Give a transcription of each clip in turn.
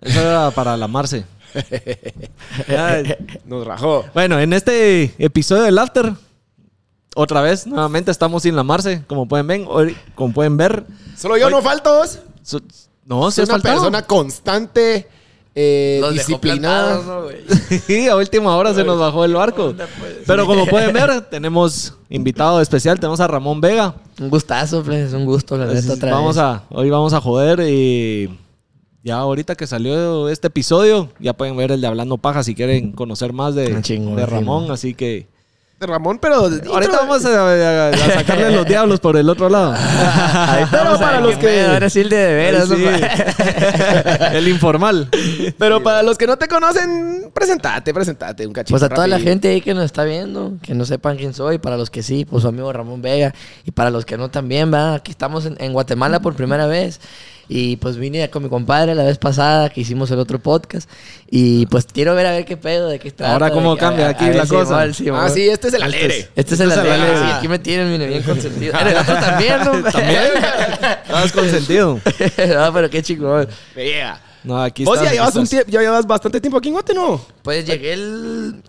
Eso era para lamarse. Ay, Nos rajó. bueno, en este episodio del After, otra vez, nuevamente estamos sin lamarse, como pueden ver. ori- Como pueden ver Solo yo Oye, no falto. Es so- no, si una has faltado. persona constante, eh, Los dejó plantados, disciplinada. ¿no, güey? Sí, a última hora se nos bajó el barco. Pero como pueden ver, tenemos invitado especial, tenemos a Ramón Vega. Un gustazo, pues, es un gusto, la neta, otra Vamos vez. a, hoy vamos a joder y ya ahorita que salió este episodio, ya pueden ver el de Hablando Paja si quieren conocer más de, Ah, chingón, de Ramón, Simón. así que... De Ramón, pero. Ahorita vamos a, a- a sacarle los diablos por el otro lado. Ahí Pero vamos a para ver los qué que- pedo, Ahora sí el de de veras, Sí. ¿no? el informal. Pero para los que no te conocen, presentate, presentate un cachito. Pues a toda la rapidito. gente ahí que nos está viendo, que no sepan quién soy, para los que sí, pues su amigo Ramón Vega, y para los que no también, va, aquí estamos en, en Guatemala por primera vez, y pues vine con mi compadre la vez pasada que hicimos el otro podcast, y pues quiero ver a ver qué pedo, de qué está. Ahora cómo cambia aquí la cosa. Ah, sí, este es el alegre. Este es el Este es el alegre, alegre. sí, aquí me tienen, mire, bien consentido. En el otro también, ¿no? Estás consentido. no, pero qué chingón. Me llega. No, aquí Vos estás, ya llevas, aquí un estás. tiempo, ya llevas bastante tiempo aquí en Guate, ¿no? Pues llegué el...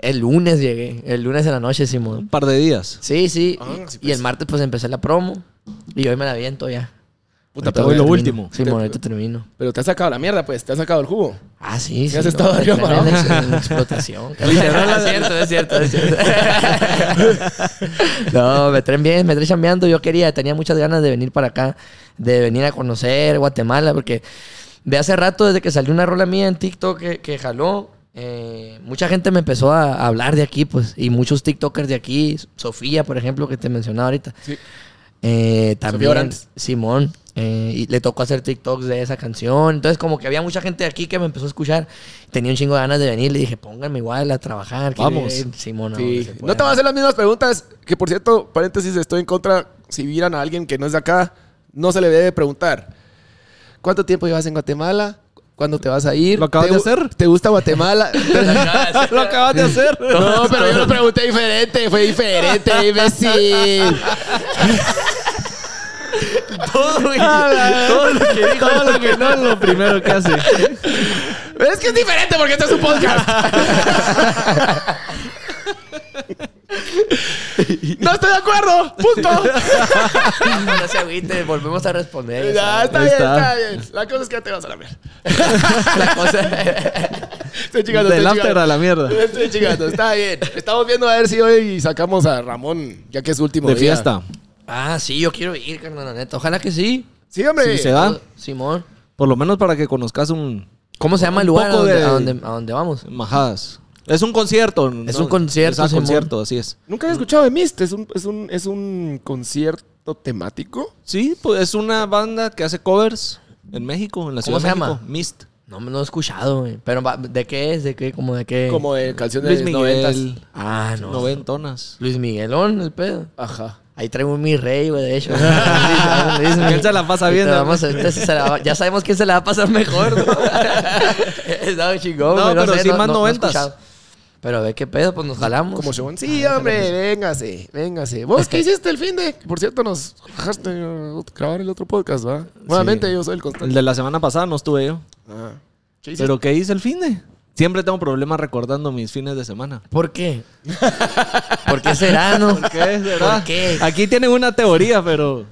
El lunes llegué, el lunes en la noche, Simón. Un par de días. Sí, sí. Ah, y- sí, Y pues. el martes pues empecé la promo. Y hoy me la viento ya. Puta, Ahorita pero hoy lo termino. último. Sí, bueno, ahorita termino. Pero te has sacado la mierda, pues. Te has sacado el jugo. Ah, sí, sí. has no, estado me arriba, traen ¿no? en ex- en explotación. cabrón. Literal, es cierto, es cierto, es cierto. no, me traen bien, me traen chambeando. Yo quería, tenía muchas ganas de venir para acá, de venir a conocer Guatemala, porque de hace rato, desde que salió una rola mía en TikTok que, que jaló, eh, mucha gente me empezó a, a hablar de aquí, pues, y muchos TikTokers de aquí, Sofía, por ejemplo, que te mencionaba ahorita. Sí. Eh, también Orantes. Simón. eh, y le tocó hacer TikToks de esa canción. Entonces, como que había mucha gente de aquí que me empezó a escuchar. Tenía un chingo de ganas de venir. Le dije, pónganme igual a trabajar. quiero Vamos. ir". Simón, no, Sí. se puede. No te van a hacer las mismas preguntas. Que por cierto, paréntesis, estoy en contra. Si vieran a alguien que no es de acá, no se le debe preguntar. ¿Cuánto tiempo llevas en Guatemala? ¿Cuándo te vas a ir? ¿Lo acabas ¿Te de gu- hacer? ¿Te gusta Guatemala? lo acabas de hacer. no, pero yo lo pregunté diferente. Fue diferente, imbécil. Todo, güey. todo lo que dijo, todo lo que no es lo primero que hace. Pero es que es diferente porque este es un podcast. no estoy de acuerdo. Punto. No se agüite, volvemos a responder. Ya, ¿sabes? está Ahí bien, está está. bien. La cosa es que ya te vas a la mierda. La cosa. Estoy chingando, Del estoy after chingando. a la mierda. Estoy chingando, está bien. Estamos viendo a ver si hoy sacamos a Ramón, ya que es su último De día. fiesta. Ah, sí, yo quiero ir, carnal, la neta. Ojalá que sí. Sí, hombre. Sí, se da. Todo- Simón. Por lo menos para que conozcas un ¿Cómo se llama el Un lugar a poco donde, de- a donde- a donde vamos? majadas. Es un concierto. ¿no? un concierto, Es un Simón. concierto, así es. Nunca había escuchado de Mist. Es un, es un, es un concierto temático. Sí, pues es una banda que hace covers en México, en la ¿Cómo Ciudad se de llama? México. Mist. No, no he escuchado, güey. Pero, va- ¿de qué es? ¿De qué? ¿Como de qué? Como de canciones Luis Miguel, noventas. Ah, no. noventonas. Luis Miguelón, el pedo. Ajá. Ahí traigo un mi rey, güey, de hecho. ¿Quién Ah, ¿Quién se la pasa viendo? Vamos, a- entonces se la va- ya sabemos quién se la va a pasar mejor, ¿no? Está chingón, No, güey, pero sé, sí más he noventas. escuchado. pero ve qué pedo, pues nos jalamos. Como según, sí, hombre, véngase, véngase. ¿Vos qué hiciste el fin de? Por cierto, nos dejaste eh, grabar el otro podcast, ¿va? Nuevamente, yo soy el El constante. de la semana pasada no estuve yo. Ah, ¿Qué hiciste? ¿Pero qué hice el fin de? Siempre tengo problemas recordando mis fines de semana. ¿Por qué? ¿Por qué será, no? ¿Por qué? será? ¿Por qué? Aquí tienen una teoría, pero,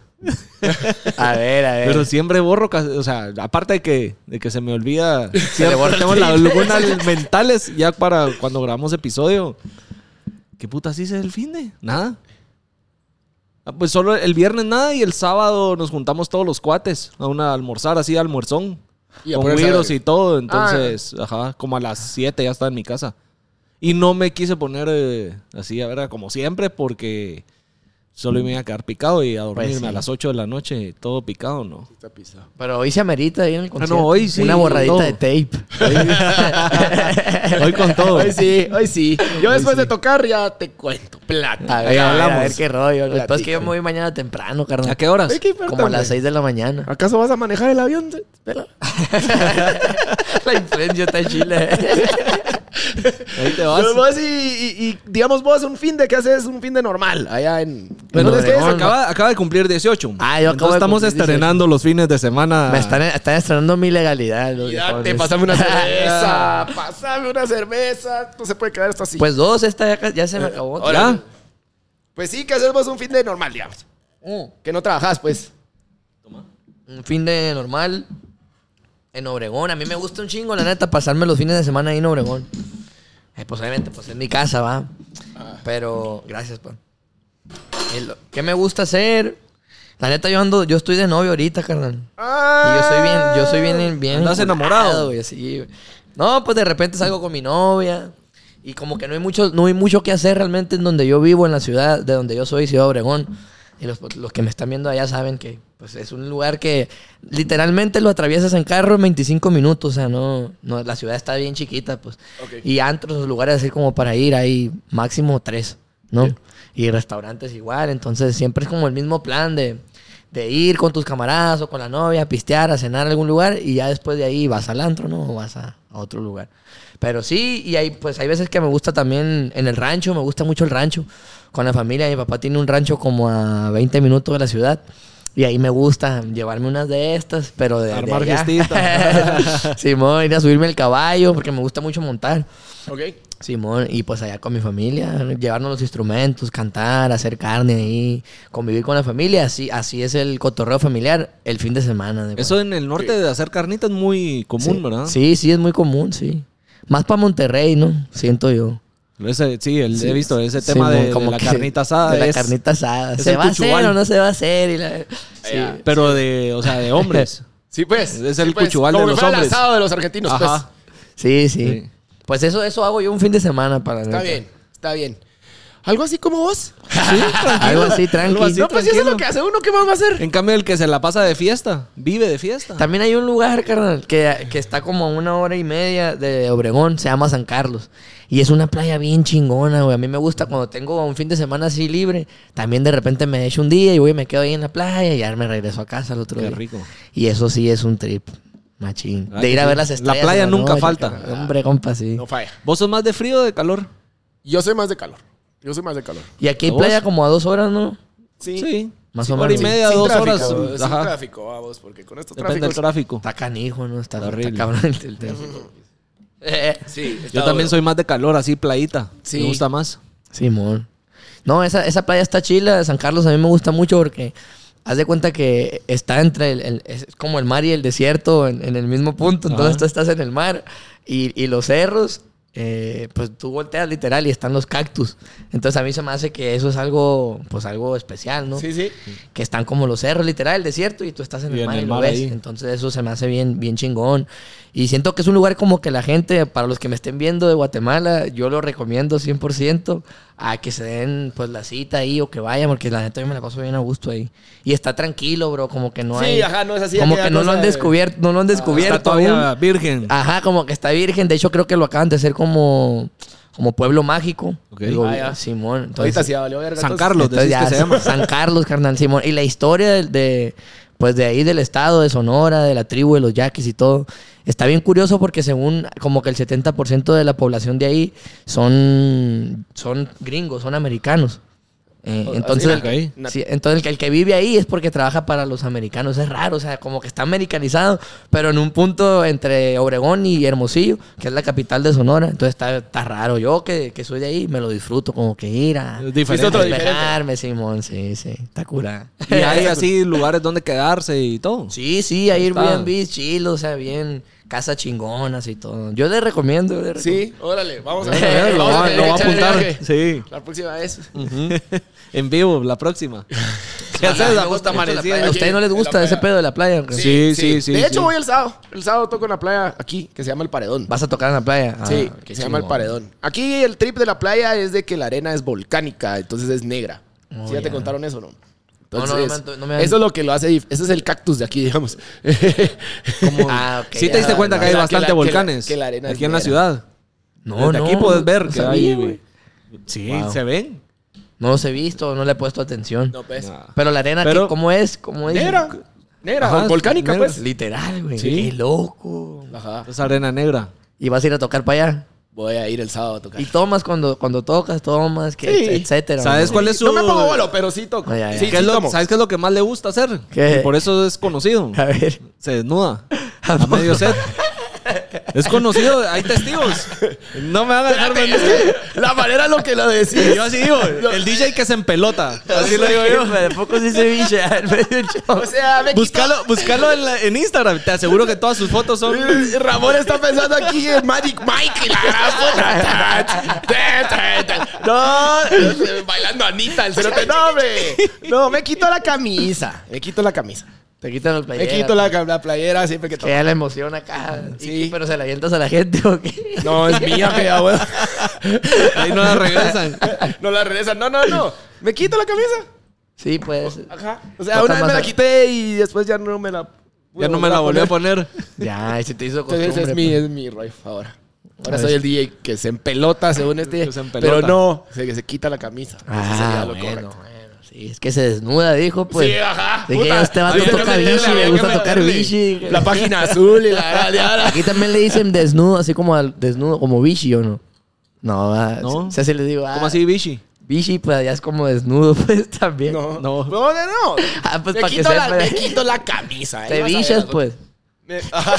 A ver, a ver. pero siempre borro. casi- O sea, aparte de que, de que se me olvida. Siempre borra el tengo las triple. lagunas mentales ya para cuando grabamos episodio. ¿Qué putas hice el fin de? Nada. Ah, Pues solo el viernes nada y el sábado nos juntamos todos los cuates a una a almorzar así, almuerzón. Y a con ponerse a güiros ver. y Ah. todo. Entonces, ajá, como a las 7 ya estaba en mi casa. Y no me quise poner eh, así, a ver, como siempre, porque solo me iba a quedar picado y a dormirme Pues sí. a las 8 de la noche, todo picado, ¿no? Está pisado. Pero hoy se amerita ahí en Ah, el concierto. hoy sí, Una borradita todo. de tape. Hoy con todo. Pues Hoy sí, hoy sí. Yo después de tocar ya te cuento. A Plata. ver, a ver, hablamos. a ver qué rollo. Lo que pasa es que yo Platícame. me voy mañana temprano, carnal. ¿A qué horas? Ay, qué Como a plátame. las 6 de la mañana. ¿Acaso vas a manejar el avión? Vela. la influencia está en Chile. Ahí te vas. Pero vos Pues y, y- y, digamos vos un fin de que haces un fin de normal allá en Bueno, ¿Dónde es que es? no, no. acaba, acaba de cumplir 18. Ah, yo acabo Entonces de estamos cumplir estrenando los fines de semana. Me están, están estrenando mi legalidad. los Ya te cabrones. pasame una cerveza, pasame una cerveza, no se puede quedar esto así. Eh, Pues, Pues dos, esta ya, ca- ya se me acabó. ¿Ya? sí, que haces vos un fin de normal, digamos. Mm, Que no trabajas, pues. Un fin de normal en Obregón. A mí me gusta un chingo, la neta, pasarme los fines de semana ahí en Obregón. Eh, pues obviamente, pues en mi casa, va. Ah. Pero, gracias, pa. Y lo- ¿Qué me gusta hacer? La neta, yo ando, yo estoy de novio ahorita, carnal. Y yo soy bien, yo soy bien, bien. Ah. ¿Andas enamorado? culado, güey, sí, güey. No, pues de repente salgo con mi novia. Y como que no hay mucho, no hay mucho que hacer realmente en donde yo vivo, en la ciudad, de donde yo soy, Ciudad Obregón. Y los, los que me están viendo allá saben que pues, es un lugar que literalmente lo atraviesas en carro en 25 minutos. O sea, no, no la ciudad está bien chiquita, pues. Y antros, lugares así como para ir, hay máximo tres, ¿no? Y restaurantes igual. Entonces siempre es como el mismo plan de de ir con tus camaradas o con la novia a pistear, a cenar a algún lugar y ya después de ahí vas al antro, ¿no? O vas a, a otro lugar. Pero sí, y hay, pues hay veces que me gusta también en el rancho, me gusta mucho el rancho con la familia. Mi papá tiene un rancho como a 20 minutos de la ciudad. Y ahí me gusta llevarme unas de estas, pero de. de Armar allá. fiestita. Simón, ir a subirme el caballo, porque me gusta mucho montar. Ok. Simón, y pues allá con mi familia, llevarnos los instrumentos, cantar, hacer carne ahí, convivir con la familia, así, así es el cotorreo familiar el fin de semana. de- Eso en el norte de hacer carnita es muy sí, común, ¿verdad? Sí, sí, es muy común, sí. Más para Monterrey, ¿no? Siento yo. Ese- sí, el- Sí, he visto ese sí, tema mo- de, como de la que- carnita asada. De la es- carnita asada. es ¿Se el va a hacer cuchual. o no se va a hacer? Y la- sí. Pero de, o sea, de hombres. Sí, pues. Es sí, el pues. cuchubal Como de que los fuera el hombres. asado de los argentinos, pues. Ajá. sí, sí. Sí. Pues eso, eso hago yo un fin de semana para pues. Está bien, está bien. ¿Algo así como vos? Algo así, tranqui. Algo así, no, pues si eso es tranquilo. lo que hace uno, ¿qué más va a hacer? En cambio, el que se la pasa de fiesta, vive de fiesta. También hay un lugar, carnal, que, que está como a una hora y media de Obregón, se llama San Carlos. Y es una playa bien chingona, güey. A mí me gusta cuando tengo un fin de semana así libre. También de repente me echo un día y voy y me quedo ahí en la playa y ya me regreso a casa el otro Qué día. rico. Y eso sí es un trip, machín. Ay, de ir a sí. ver las La estrellas. playa en nunca falta. carnal. Hombre, compa, sí. No falla. ¿Vos sos más de frío o de calor? Yo soy más de calor. Yo soy más de calor. Y aquí hay ¿Vos? playa como a dos horas, ¿no? Sí. Más Sí, o hora menos. y media, Sin dos tráfico, horas. sin Ajá. tráfico, vamos, porque con estos Depende del tráficos... tráfico. Está canijo, ¿no? Está, está horrible. cabrón el- el tema. Eh, Sí, Yo también soy más de calor, así playita. Sí. Me gusta más. Simón. No, esa, esa playa está chila. San Carlos a mí me gusta mucho porque haz de cuenta que está entre el, el- es como el mar y el desierto en, en el mismo punto. Entonces Ajá. tú estás en el mar y, y los cerros, eh, pues tú volteas literal y están los cactus. Entonces a mí se me hace que eso es algo, pues algo especial, ¿no? Sí, sí. que están como los cerros, literal, el desierto, y tú estás en el Y en mar y el lo mar ves. ahí. Entonces eso se me hace bien, bien chingón. Y siento que es un lugar como que la gente, para los que me estén viendo de Guatemala, yo lo recomiendo 100% a que se den pues la cita ahí o que vayan, porque la neta yo me la paso bien a gusto ahí. Y está tranquilo, bro, como que no Sí, hay... ajá, no es así Como aquella que no lo cosa han de- Ah, descubierto, no lo han descubierto Está todavía aún. virgen. Ajá, como que está virgen. De hecho, creo que lo acaban de hacer como como pueblo mágico. Ok. Digo, Ah, ya. Simón. Ahorita Entonces, sí ya valió verga. San entonces. Carlos, entonces decís ya, que se llama. San Carlos, carnal Simón. Y la historia de, de, pues de ahí del estado de Sonora, de la tribu de los yaquis y todo, está bien curioso porque según como que el 70% de la población de ahí son, son gringos, son americanos. Eh, O- entonces, así, ok. el- sí, entonces el que- el que vive ahí es porque trabaja para los americanos. Es raro, o sea, como que está americanizado, pero en un punto entre Obregón y Hermosillo, que es la capital de Sonora. Entonces está, está raro. Yo que, que soy de ahí me lo disfruto, como que ir a Es diferente. otro día. Ah, despejarme, Simón. Sí, sí, está curada. Y hay así lugares donde quedarse y todo. Sí, sí, hay Está. Airbnb chilo, o sea, bien, casa chingonas y todo. Yo les recomiendo, yo les recomiendo. Sí, órale, vamos a Eh, ver. Lo vamos va, a- lo va a echarle apuntar. viaje. Sí. La próxima vez. En vivo, la próxima. ¿Qué A mí haces? me Ah, pues, gusta mucho la amaneciendo. playa. A ustedes no les en la gusta ese playa. pedo de la playa. güey? Sí, sí, sí, De sí. hecho, voy el sábado. El sábado toco en la playa aquí, que se llama El Paredón. ¿Vas a tocar en la playa? Ah, sí, qué que se llama El chingón. Paredón. Aquí el trip de la playa es de que la arena es volcánica, entonces es negra. Si ya te contaron eso, ¿no? No, no, Entonces, no me han- no me han- eso es lo que lo hace. dif- Ese es el cactus de aquí, digamos. Como- Ah, ok, Sí ya, te diste cuenta ya. que hay Que la- bastante que la- volcanes. que la arena es aquí en la negra. ciudad. No, Desde no. aquí puedes ver no que sabía, hay, güey. Sí, Wow. se ven. No los he visto, no le he puesto atención. Ah. No, pues. Pero la arena, Pero- ¿qué- ¿cómo es? ¿Cómo es? Negra. Negra, Ajá, volcánica, negra. pues. Literal, güey. Sí. Qué loco. Ajá. Es arena negra. Y vas a ir a tocar para allá. Voy a ir el sábado a tocar. Y tomas cuando, cuando tocas, tomas, que, Sí. etcétera. ¿Sabes ¿no? cuál es su...? No me pongo bolo, pero sí toco. Ay, ay, ay. Sí, sí ¿Qué es lo- tomo. ¿Sabes qué es lo que más le gusta hacer? ¿Qué? Y por eso es conocido. A ver. Se desnuda. ¿A A medio poco? set. Es conocido, hay testigos. No me van a dejar mentir. La manera en lo que lo Y decís. Yo así digo, el DJ que se empelota. Así lo digo yo. De poco sí se biche al medio del show. O sea, me Búscalo, búscalo en, la- en Instagram. Te aseguro que todas sus fotos son. Ramón está pensando aquí en Magic Mike y la gran puta. No, bailando Anita, el cerote. No, hombre. No, me quito la camisa. Me quito la camisa. Te quitan los Me playeras. quito la, ca- la playera siempre que Que toco. ya la emoción acá. Sí. Sí. pero se la avientas a la gente o qué. No, es mía, que ya, weón. Ahí no la regresan. No la regresan. No, no, no. Me quito la camisa. Sí, pues. Ajá. O sea, Toca una vez me más la a- quité y después ya no me la. Ya no me la volví a poner. Ya, y se te hizo costumbre. Entonces es mi, pues. es mi riff ahora. Ahora soy el DJ que se empelota según este. Que se empelota. Pero no, se, que se quita la camisa. Eso Ah, sería lo bueno, correcto. bueno. pues. Sí, es que se desnuda, dijo, pues. Sí, ajá. Dije, Puta, este vato había que toca meterle, bichi, había le que gusta tocar meterle. bichi. La página azul y la grande. Aquí también le dicen desnudo, así como al desnudo, como bichi, ¿o no? No, ah, No. O sea, si le digo, ah, ¿Cómo así, Bishi? Bichi, pues allá es como desnudo, pues también. No, No. no, no. no. Ah, pues me, para que quito la, sepa. me quito la camisa. ahí Te vas a ver bichas, algo. pues. Me, ajá.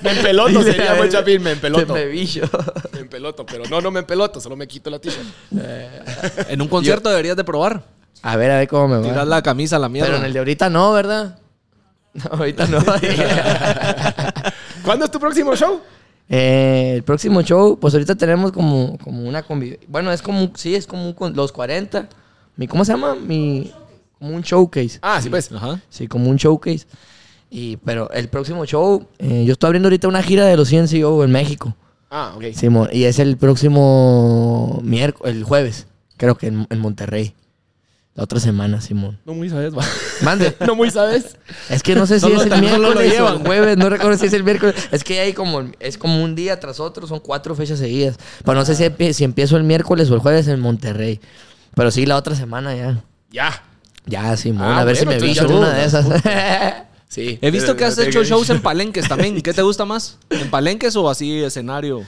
Me empeloto, Dice, sería buen chapín, me empeloto. Te me bicho. Me empeloto, pero no, no me empeloto, solo me quito la t-shirt. Eh. En un concierto deberías de probar. A ver, a ver cómo me Tirar va. la camisa a la mierda. Ah. Pero en el de ahorita no, ¿verdad? No, ahorita no. ¿Cuándo es tu próximo show? Eh, el próximo show, pues ahorita tenemos como, como una convivencia. Bueno, es como, sí, es como un con- los 40. Mi, ¿Cómo se llama? Mi, como un showcase. Ah, sí, pues. Ajá. Sí, como un showcase. Y, pero el próximo show, eh, yo estoy abriendo ahorita una gira de los 100 CEO en México. Ah, ok. Simón, y es el próximo miércoles, el jueves, creo que en, en Monterrey. La otra semana, Simón. No muy sabes, va. Mande. No muy sabes. Es que no sé si Solo es el tan solo lo miércoles o llevan. el jueves, no recuerdo si es el miércoles. Es que hay como, es como un día tras otro, son cuatro fechas seguidas. Pero no sé si, empie- si empiezo el miércoles o el jueves en Monterrey. Pero sí, la otra semana ya. Ya. Ya, Simón, Ah, a ver si bueno, me entonces ya bicho en una tú, de ¿no? esas. Sí. He visto que has Eh, hecho eh, shows en palenques también. ¿Qué te gusta más? ¿En palenques o así escenario?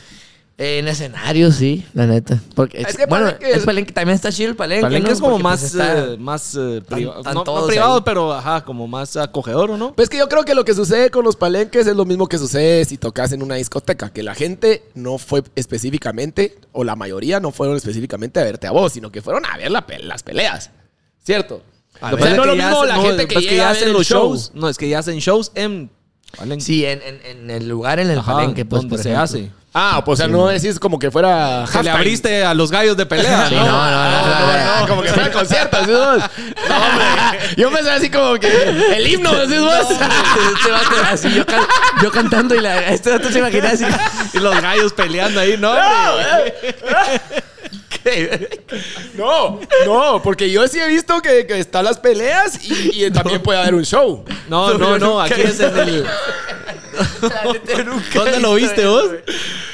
en escenario, sí, la neta. Porque, Es que bueno, Palenque- es Palenque, también está chido el Palenque. Palenque ¿no? es como Porque, más, pues, está- eh, más eh, privado. están No- no, todos privado, ahí. pero ajá, como más acogedor, ¿o no? Pues que yo creo que lo que sucede con los palenques es lo mismo que sucede si tocas en una discoteca, que la gente no fue específicamente, o la mayoría no fueron específicamente a verte a vos, sino que fueron a ver la pe- las peleas. ¿Cierto? A Lo que ver, no que lo ya mismo hacen- la no, gente que, pues llega a ver hacen el los show. shows. No, es que ya hacen shows en Palenque. Sí, en, en- en el lugar, en el Ajá, Palenque, pues, donde por se ejemplo. hace. Ah, pues o sea, no decís como que fuera Que le halftime. abriste a los gallos de pelea. Sí, ¿no? no, no, no, no, no, no. Ah, como que fuera concierto, decís vos. No, hombre. Yo pensaba así como que el himno, decís vos. Este vato, así, yo, can- yo cantando y la, este vato se imagina así. Y los gallos peleando ahí, no, hombre. No, no, porque yo sí he visto que, que están las peleas y, y también puede haber un show. No, no, no, aquí es en el. ¿Dónde lo viste vos?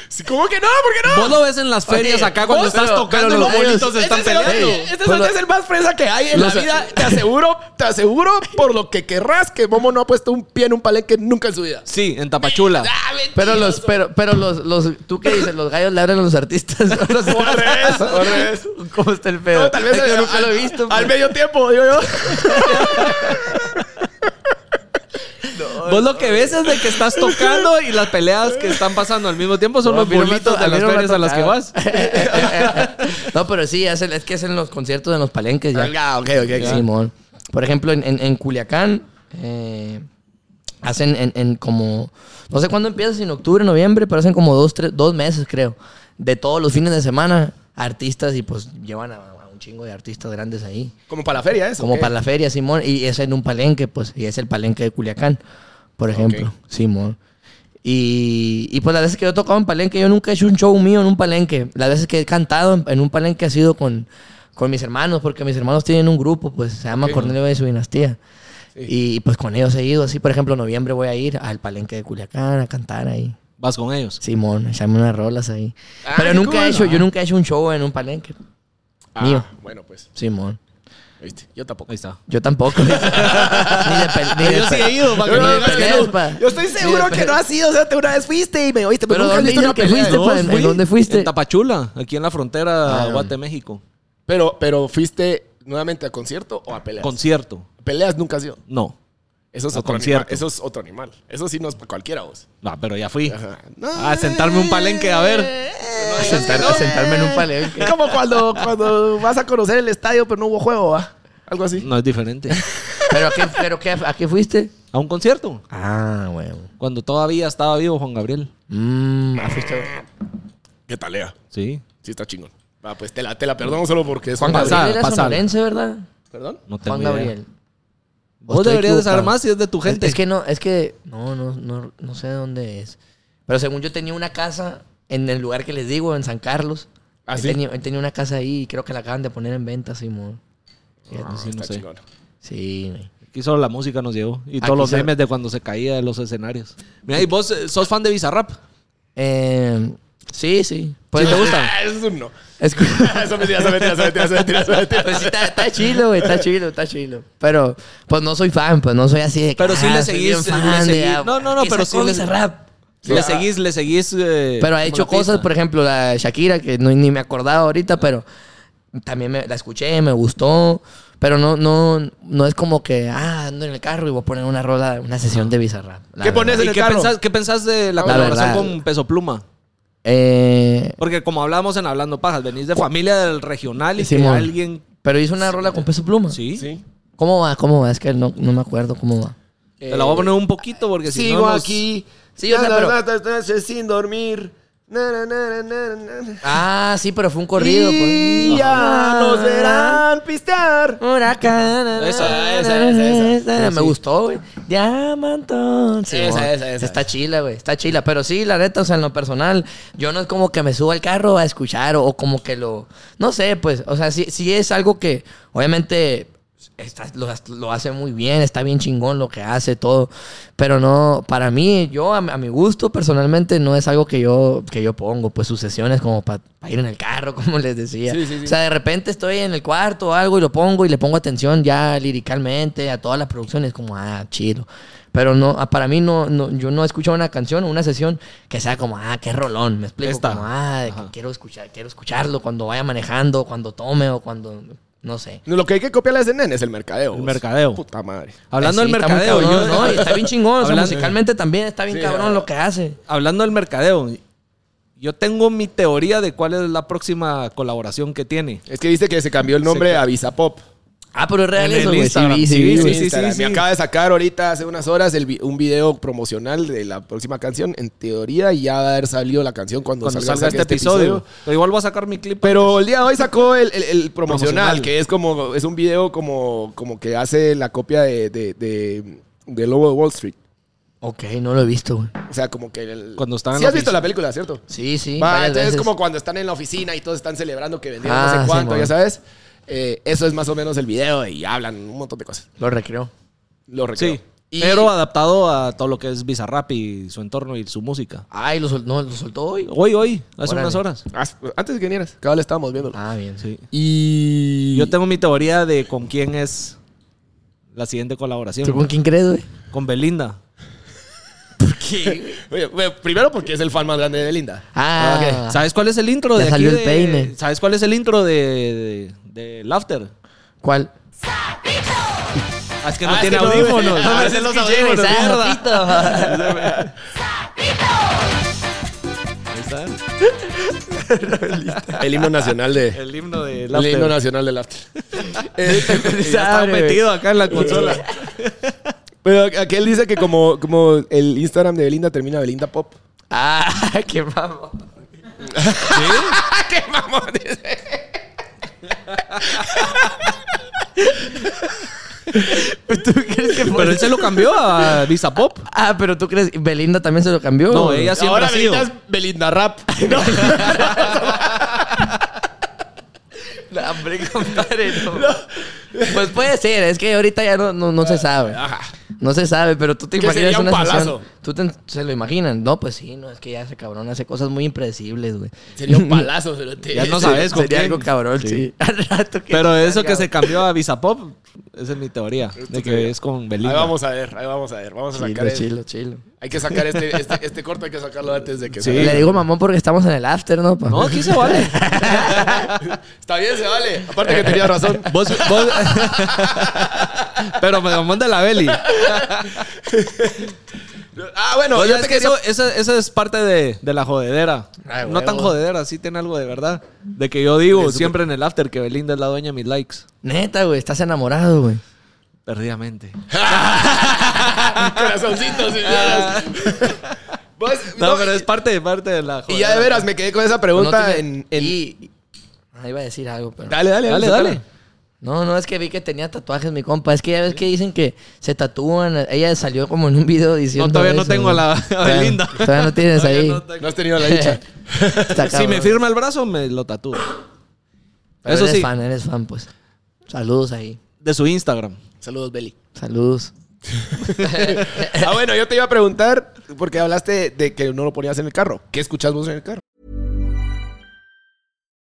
Sí, ¿Cómo que no? ¿Por qué no? Vos lo ves en las ferias Ok, acá cuando vos- estás pero- tocando pero los los- bolitos ellos- se están este es el- peleando. Este es el Pero- es el más fresa que hay en la Los- vida. Te aseguro, te aseguro por lo que querrás que Momo no ha puesto un pie en un palenque nunca en su vida. Sí, en Tapachula. Ah, mentiroso. Pero los, pero, pero los, los, tú qué dices, los gallos le hablan a los artistas. No sé. O al revés, o al revés. ¿Cómo está el pedo? No, tal vez Es que al- yo nunca lo he al- visto. Al pues. medio tiempo, digo yo. Vos lo que ves es de que estás tocando y las peleas que están pasando al mismo tiempo son No, a los mí no me ha bolitos to- de a mí las no me ha ferias a las que tocado. vas. no, pero sí, hacen- es que hacen los conciertos en los palenques ya. Ah, ok, ok. ok. Simón. Por ejemplo, en, en- en Culiacán eh, hacen en, en como, no sé cuándo empieza, si en octubre, noviembre, pero hacen como dos, tres, dos meses, creo, de todos los fines de semana, artistas y pues llevan a, a un chingo de artistas grandes ahí. Como para la feria, eso. Como ok. para la feria, Simón, y es en un palenque, pues, y es el palenque de Culiacán, por ejemplo, Simón. Y, y pues las veces que yo he tocado en palenque, yo nunca he hecho un show mío en un palenque. Las veces que he cantado en, en un palenque ha sido con, con mis hermanos, porque mis hermanos tienen un grupo, pues, se llama Cornelio y su dinastía. Y pues con ellos he ido, así, por ejemplo, en noviembre voy a ir al palenque de Culiacán a cantar ahí. Vas con ellos. Simón, echarme unas rolas ahí. Pero qué nunca he cool. hecho, yo nunca he hecho un show en un palenque, Ah, mío. Bueno, pues, Simón. viste, yo tampoco. Ahí está. Ah, Yo tampoco. ni de pe- ni de Yo sí pe- he ido, pa' que ni no de digas que peleas, no. pa. Yo estoy seguro Ni de que pe- no has ido, o sea, te una vez fuiste y me oíste, pero, Pero nunca has ¿dónde visto una dijeron que pelea. fuiste, ¿no? pa? ¿En- en fui dónde fuiste? En Tapachula, aquí en la frontera Ah. Guate, México. Pero, pero fuiste nuevamente a concierto o a peleas. Concierto. peleas nunca has ido. No. Eso es, A otro concierto. animal. Eso es otro animal. Eso sí no es para cualquiera vos. Ah, pero ya fui. eh. Ajá. A sentarme un palenque, a ver. A sentar- a sentarme en un palenque. Como cuando, cuando vas a conocer el estadio, pero no hubo juego, ¿va? Algo así. No es diferente. ¿Pero, a qué, pero qué- a qué fuiste? A un concierto. Ah, huevo. Cuando todavía estaba vivo Juan Gabriel. Mm, Qué talea. Sí. Sí, está chingón. Ah, pues te la, te la perdono solo porque es Juan Gabriel. Pasada, Gabriel era pasada. sonorense, ¿verdad? ¿Perdón? No tengo Juan idea. Gabriel. Vos Estoy deberías de saber equivocado. más si es de tu gente. Es, es que no, es que no, no, no, no sé de dónde es. Pero según yo tenía una casa en el lugar que les digo, en San Carlos. ¿Ah, Él sí? tenía, él tenía una casa ahí y creo que la acaban de poner en venta, Simón. Fíjate, Ah, sí. no Está sé. chingón. Sí, güey. Aquí solo la música nos llevó. Y Aquí todos los solo- memes de cuando se caía de los escenarios. Mira, y vos eh, sos fan de Bizarrap. Eh, sí, sí. Pues, ¿Sí te gusta? Ah, eso es un no. escu- Eso es mentira, eso es mentira, eso es mentira, eso es mentira, eso es mentira. Pues sí, está, está chilo, güey, está chilo, está chilo. Pero, pues no soy fan, pues no soy así de. que, Pero sí le ah, soy seguís, bien le fan seguís. de, ah, No, no, no, que pero sacó sí le- Bizarrap. Le seguís, le seguís. eh, Pero ha como hecho artista. cosas, por ejemplo, la Shakira, que no- ni me acordaba ahorita, pero también me- la escuché, me gustó. Pero no, no, no es como que, ah, ando en el carro y voy a poner una rola, una sesión de Bizarrap. la ¿Qué verdad. pones en ¿Y el qué carro? pensás, qué pensás de La la colaboración verdad. con Peso Pluma? Eh, Porque como hablábamos en Hablando Pajas, venís de familia del regional y que Simón. alguien... pero hizo una rola con peso pluma. ¿Sí? Sí. ¿Cómo va? ¿Cómo va? Es que no, no me acuerdo cómo va. Te la voy a poner un poquito porque si no Sigo nos- aquí. Sí, o sea, Na, pero- na, na, na, na, sin dormir. Na, na, na, na, na, na. Ah, sí, pero fue un corrido. pues. Y ya Ajá. nos verán pistear. Huracán. Esa, esa, esa, esa. Me gustó, güey. Diamantón. Sí, Esa, güey. esa, esa, Está chila, güey. Está chila. Pero sí, la neta, o sea, en lo personal, yo no es como que me suba al carro a escuchar o, o como que lo. No sé, pues. O sea, sí, sí es algo que, obviamente. está- lo, lo hace muy bien, está bien chingón lo que hace, todo. Pero no, para mí, yo a, a mi gusto personalmente no es algo que yo, que yo pongo, pues sus sesiones como para ir en el carro, como les decía. O sea, de repente estoy en el cuarto o algo y lo pongo y le pongo atención ya liricalmente a todas las producciones, como, ah, chido. Pero no, ah, para mí no, no, yo no he escuchado una canción o una sesión que sea como, ah, qué rolón, me explico, Esta. como, ah, de que quiero escuchar, quiero escucharlo cuando vaya manejando, cuando tome o cuando, no sé. Lo que hay que copiarle a ese nene es el mercadeo. El vos. mercadeo. Puta madre. Hablando Pues Sí, del está muy mercadeo, cabrón, yo- ¿no? Y está bien chingón, o sea, Hablando- musicalmente también está bien cabrón lo que hace. Hablando del mercadeo, yo tengo mi teoría de cuál es la próxima colaboración que tiene. Es que dice que se cambió el nombre Se- a Visapop. Ah, pero es real En eso, el güey. Sí, Instagram. vi, sí, Sí, vi, sí, güey. sí. Instagram. Me acaba de sacar ahorita hace unas horas el vi- un video promocional de la próxima canción. En teoría ya va a haber salido la canción cuando, Cuando salga, salga este, episodio. Pero igual voy a sacar mi clip. Pero el día de hoy sacó el, el- el promocional, Promocional. que es como es un video como, como que hace la copia de, de, de- de Lobo de Wall Street. Ok, no lo he visto, güey. O sea, como que el- Cuando estaban Sí en has la visto oficina. la película, ¿cierto? Sí, sí. Va, varias entonces es veces. como cuando están en la oficina y todos están celebrando que vendieron Ah, no sé cuánto, Simón. ya sabes. Eh, eso es más o menos el video y hablan un montón de cosas. Lo recreo. Lo recreo. Sí. Y- Pero adaptado a todo lo que es Bizarrap y su entorno y su música. Ay, lo, sol- no, lo soltó hoy. Hoy, hoy, hace Órale. unas horas. As- Ah, Antes de que vinieras, cada vez estábamos viéndolo. Ah, bien. Sí. Y. Yo tengo mi teoría de con quién es la siguiente colaboración. ¿Tú con quién crees, güey? Con Belinda. Oye, güey, primero porque es el fan más grande de Belinda. Ah, Ok. ¿Sabes cuál es el intro Ya de aquí salió el de- peine. ¿Sabes cuál es el intro de, de, del After? ¿cuál? Ah, Es que no Ah, es tiene que no, güey. audífonos. Ah, Ah, es es los que audífonos, llevo, Ah, mierda. Zapito. Ahí está. El himno nacional de. El himno del El After. himno nacional del after. Ya está Abre, güey. metido acá en la consola. Pero aquel dice que como, como el Instagram de Belinda termina Belinda Pop. Ah, qué mamón. ¡Qué mamón! Dice. ¿Tú crees que fue? Pero él se lo cambió a Visa Pop. Ah, pero tú crees. Belinda también se lo cambió. No, ella siempre Ahora ha sido. Belinda es Belinda Rap. No, hombre, compadre, no. Pues puede ser, es que ahorita ya no, no, no se sabe. No se sabe, pero tú te Que imaginas sería un una palazo. sesión. Tú te- se lo imaginan. No, pues sí, no, es que ya ese cabrón hace cosas muy impredecibles, güey. Sería un palazo. pero te- Ya no sabes con Sería quién. algo cabrón, sí. Al rato que Pero eso salga, que se güey. cambió a Visa Pop, esa es mi teoría. De que es con Ahí Belinda. vamos a ver, ahí vamos a ver. Vamos a sacar. Chilo, el- chilo, chilo. Hay que sacar este, este, este corto, hay que sacarlo antes de que Sí. salga. Le digo mamón porque estamos en el after, ¿no? pa? No, aquí se vale. Está bien, se vale. Aparte que tenía razón. Vos, vos- Pero me lo manda la Beli. Ah, bueno, Vos yo sabés te que quería- eso, esa, esa es parte de, de la jodedera. Ay, no huevo. tan jodedera, sí tiene algo de verdad. De que yo digo siempre en el after que Belinda es la dueña de mis likes. Neta, güey, estás enamorado, güey. Perdidamente. Corazoncitos, y veras. Vos- No, Pues, no, pero y- es parte, de parte de la Y jodedera. ya de veras me quedé con esa pregunta No tiene- en, en- Y- Ah, iba a decir algo, pero. Dale, dale, Dale, dale. No, no, es que vi que tenía tatuajes, mi compa. Es que ya ves que dicen que se tatúan. Ella salió como en un video diciendo. No, todavía no eso, tengo güey. la- a Todavía- Belinda. Todavía no tienes Todavía ahí. no tengo. No has tenido la dicha. Está Si me cabrón. firma el brazo, me lo tatúo. Pero Eso eres sí, fan, eres fan, pues. Saludos ahí. de su Instagram. Saludos, Beli. Saludos. Ah, bueno, yo te iba a preguntar, porque hablaste de que no lo ponías en el carro. ¿Qué escuchás vos en el carro?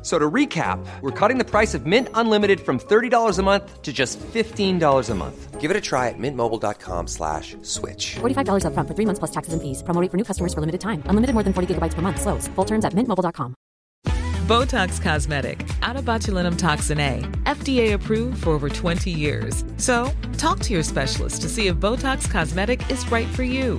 So to recap, we're cutting the price of Mint Unlimited from $30 a month to just $15 a month. Give it a try at mintmobile.com slash switch. $45 upfront for three months plus taxes and fees. Promo rate for new customers for limited time. Unlimited more than 40 gigabytes per month. Slows. Full terms at mintmobile.com. Botox Cosmetic, out of botulinum toxin A, FDA approved for over 20 years. So, talk to your specialist to see if Botox Cosmetic is right for you.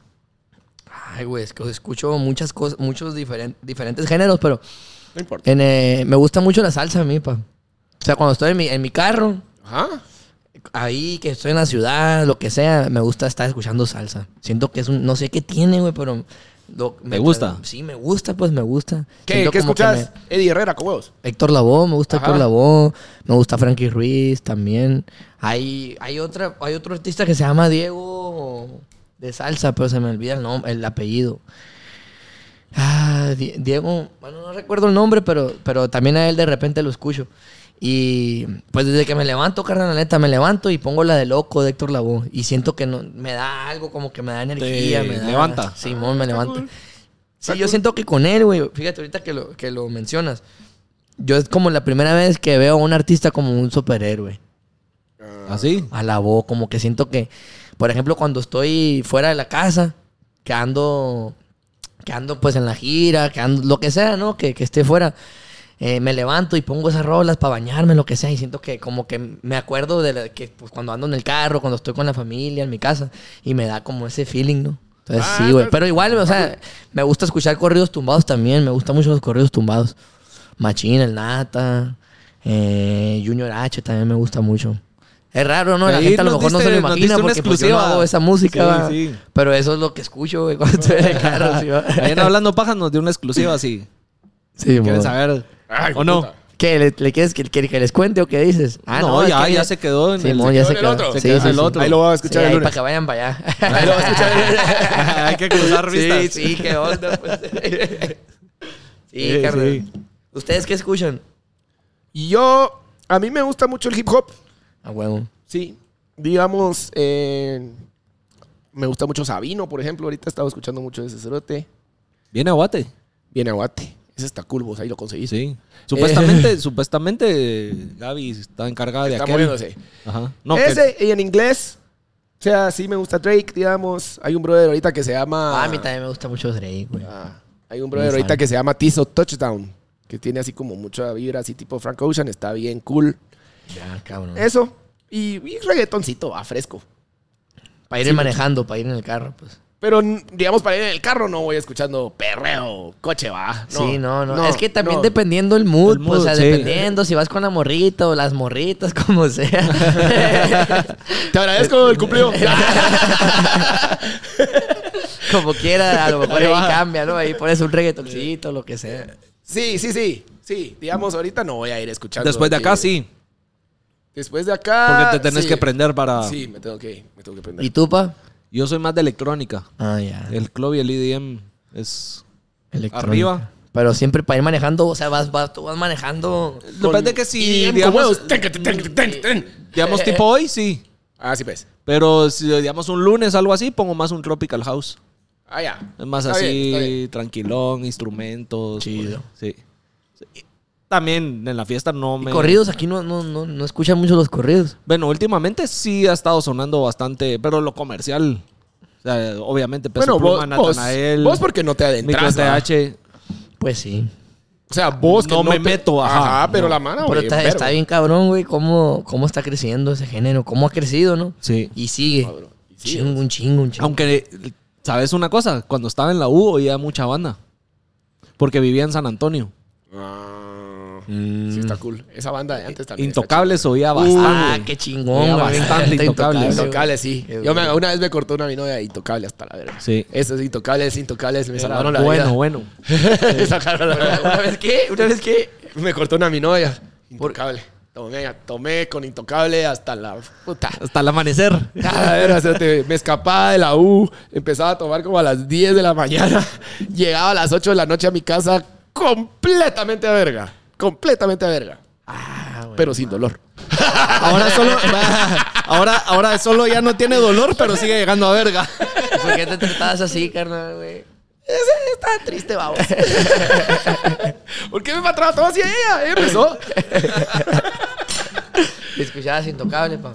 Ay, güey, es que escucho muchas cosas, muchos diferen- diferentes géneros, pero No importa. en, eh, me gusta mucho la salsa a mí, pa. O sea, cuando estoy en mi, en mi carro, Ajá. ahí que estoy en la ciudad, lo que sea, me gusta estar escuchando salsa. Siento que es un, no sé qué tiene, güey, pero... lo- me gusta? Sí, me gusta, pues me gusta. ¿Qué, Siento ¿qué como que escuchás? Eddie Herrera, con huevos. me- Héctor Lavoe, me gusta Ajá. Héctor Lavoe, me gusta Frankie Ruiz también. Hay, hay, otra, hay otro artista que se llama Diego de salsa, pero se me olvida el, nom- el apellido. Ah, Di- Diego, bueno, no recuerdo el nombre, pero, pero también a él de repente lo escucho. Y pues desde que me levanto, carnal, la neta, me levanto y pongo la de loco de Héctor Lavoe. Y siento que no, me da algo, como que me da energía. me da- levanta. Simón, me levanta. Sí, yo siento que con él, güey, fíjate ahorita que lo, que lo mencionas. Yo es como la primera vez que veo a un artista como un superhéroe ¿Así? a la voz, como que siento que, por ejemplo, cuando estoy fuera de la casa, que ando, que ando pues en la gira, que ando, lo que sea, ¿no? Que, que esté fuera, eh, me levanto y pongo esas rolas para bañarme, lo que sea, y siento que como que me acuerdo de la- que pues, cuando ando en el carro, cuando estoy con la familia, en mi casa, y me da como ese feeling, ¿no? Entonces Ah, sí, güey. entonces- Pero igual, o sea, me gusta escuchar corridos tumbados también. Me gustan mucho los corridos tumbados. Machín, El Nata, eh, Junior H también me gusta mucho. Es raro, ¿no? La Ahí gente a lo nos mejor no se lo diste- nos imagina diste una porque pues, yo no exclusiva. hago esa música. Sí, va. sí. Pero eso es lo que escucho, güey, cuando estoy en el carro. sí, va. Ahí en Hablando Pajas nos dio una exclusiva así. Sí, ¿Quieren mo. saber? Ay, ¿O no? puta. ¿Qué? ¿Le, le quieres que, que- que les cuente o qué dices? Ah, No, es ya- que ya se quedó en el- Simón, se ya quedó se en el quedó. otro. Se quedó en el otro. Ahí lo voy a escuchar Sí, el ahí lunes. para que vayan para allá. Ahí lo va a escuchar el- Hay que cruzar Sí, vistas. sí, qué onda, pues. sí, Sí, carnal. sí. ¿Ustedes qué escuchan? Yo, a mí me gusta mucho el hip hop. A huevo. Sí. Digamos, eh, me gusta mucho Sabino, por ejemplo. Ahorita estaba escuchando mucho de ese cerote. Viene a Guate. Viene Aguate. Ese está cool, vos ahí lo conseguís. Sí. Supuestamente, supuestamente Gaby está encargada de Está aquel. moviéndose. Ajá. No, que- ese, y en inglés. O sea, sí me gusta Drake, digamos. Hay un brother ahorita que se llama... Ah, a mí también me gusta mucho Drake, güey. Ah, hay un brother Muy ahorita fan. que se llama Tizo Touchdown, que tiene así como mucha vibra, así tipo Frank Ocean, está bien cool. Ya, Ah, cabrón. Eso. Y, y reggaetoncito, a fresco. para ir manejando, para ir en el carro, pues. Pero, n- digamos, para ir en el carro no voy escuchando perreo, coche va. sí, no, no, Es que también no. dependiendo el mood, El pues, o sea, mood, sí. dependiendo si vas con la morrita o las morritas, como sea. Te agradezco el cumplido. como quiera, a lo mejor Ahí ahí va. cambia, ¿no? Ahí pones un reggaetoncito, lo que sea. sí, sí, sí. Sí, digamos, ahorita no voy a ir escuchando. después de acá sí. Después de acá. Porque te tenés sí. que prender para. Sí, me tengo que, me tengo que prender. ¿Y tú, pa? Yo soy más de electrónica. Ah, ya. El club y el EDM es. Electrónica. Arriba. Pero siempre para ir manejando, o sea, vas, vas, tú vas manejando. Depende que si, Y digamos, digamos, ten, ten, ten, ten, ten. Eh, digamos tipo hoy, sí. Ah, sí, pues. Pero si digamos un lunes, algo así, pongo más un Tropical House. Ah, ya. Es más Está así, bien, está bien. tranquilón, instrumentos. pues, Chido. Sí. Sí. También en la fiesta no Y me. corridos, aquí no, no, no, no escuchan mucho los corridos. Bueno, últimamente sí ha estado sonando bastante, pero lo comercial. O sea, obviamente, Peso Pluma, vos, Natanael. vos porque no te Micros adentras. ¿va? TH. Pues sí. O sea, vos que No me te- meto, ajá. Ajá, pero la mano, Pero güey. está, pero- está bien cabrón, güey, cómo, cómo está creciendo ese género, cómo ha crecido, ¿no? Sí. Y sigue. Cabrón, y sigue. Chingo, un chingo, un chingo. Aunque, ¿sabes una cosa? Cuando estaba en la U oía mucha banda. Porque vivía en San Antonio. Ah, Sí, está cool. Esa banda de antes también. Intocables oía Uh, ah, bastante. qué chingón, Ya güey. bastante Está intocable. está güey. chingona. Intocables, sí. Qué Yo me, duro. una vez me cortó una mi novia de Intocable hasta la verga. Sí. Esos Intocables, Intocables me salvaron la bueno, vida. bueno. Me sacaron la verga. ¿Una vez qué? ¿Una vez qué? Me cortó una mi novia. Intocable. Tomé, tomé con Intocable hasta la puta. Hasta el amanecer. A ver, o sea, te- me escapaba de la U, empezaba a tomar como a las 10 de la mañana, llegaba a las 8 de la noche a mi casa completamente a verga, completamente a verga, pero sin dolor. Ahora solo, ahora, ahora solo ya no tiene dolor, pero sigue llegando a verga. ¿Por qué te tratabas así, carnal, güey? Estaba triste, vamos. ¿Por qué me mataba todo así a ella? Ella empezó. Te escuchabas intocable, pa.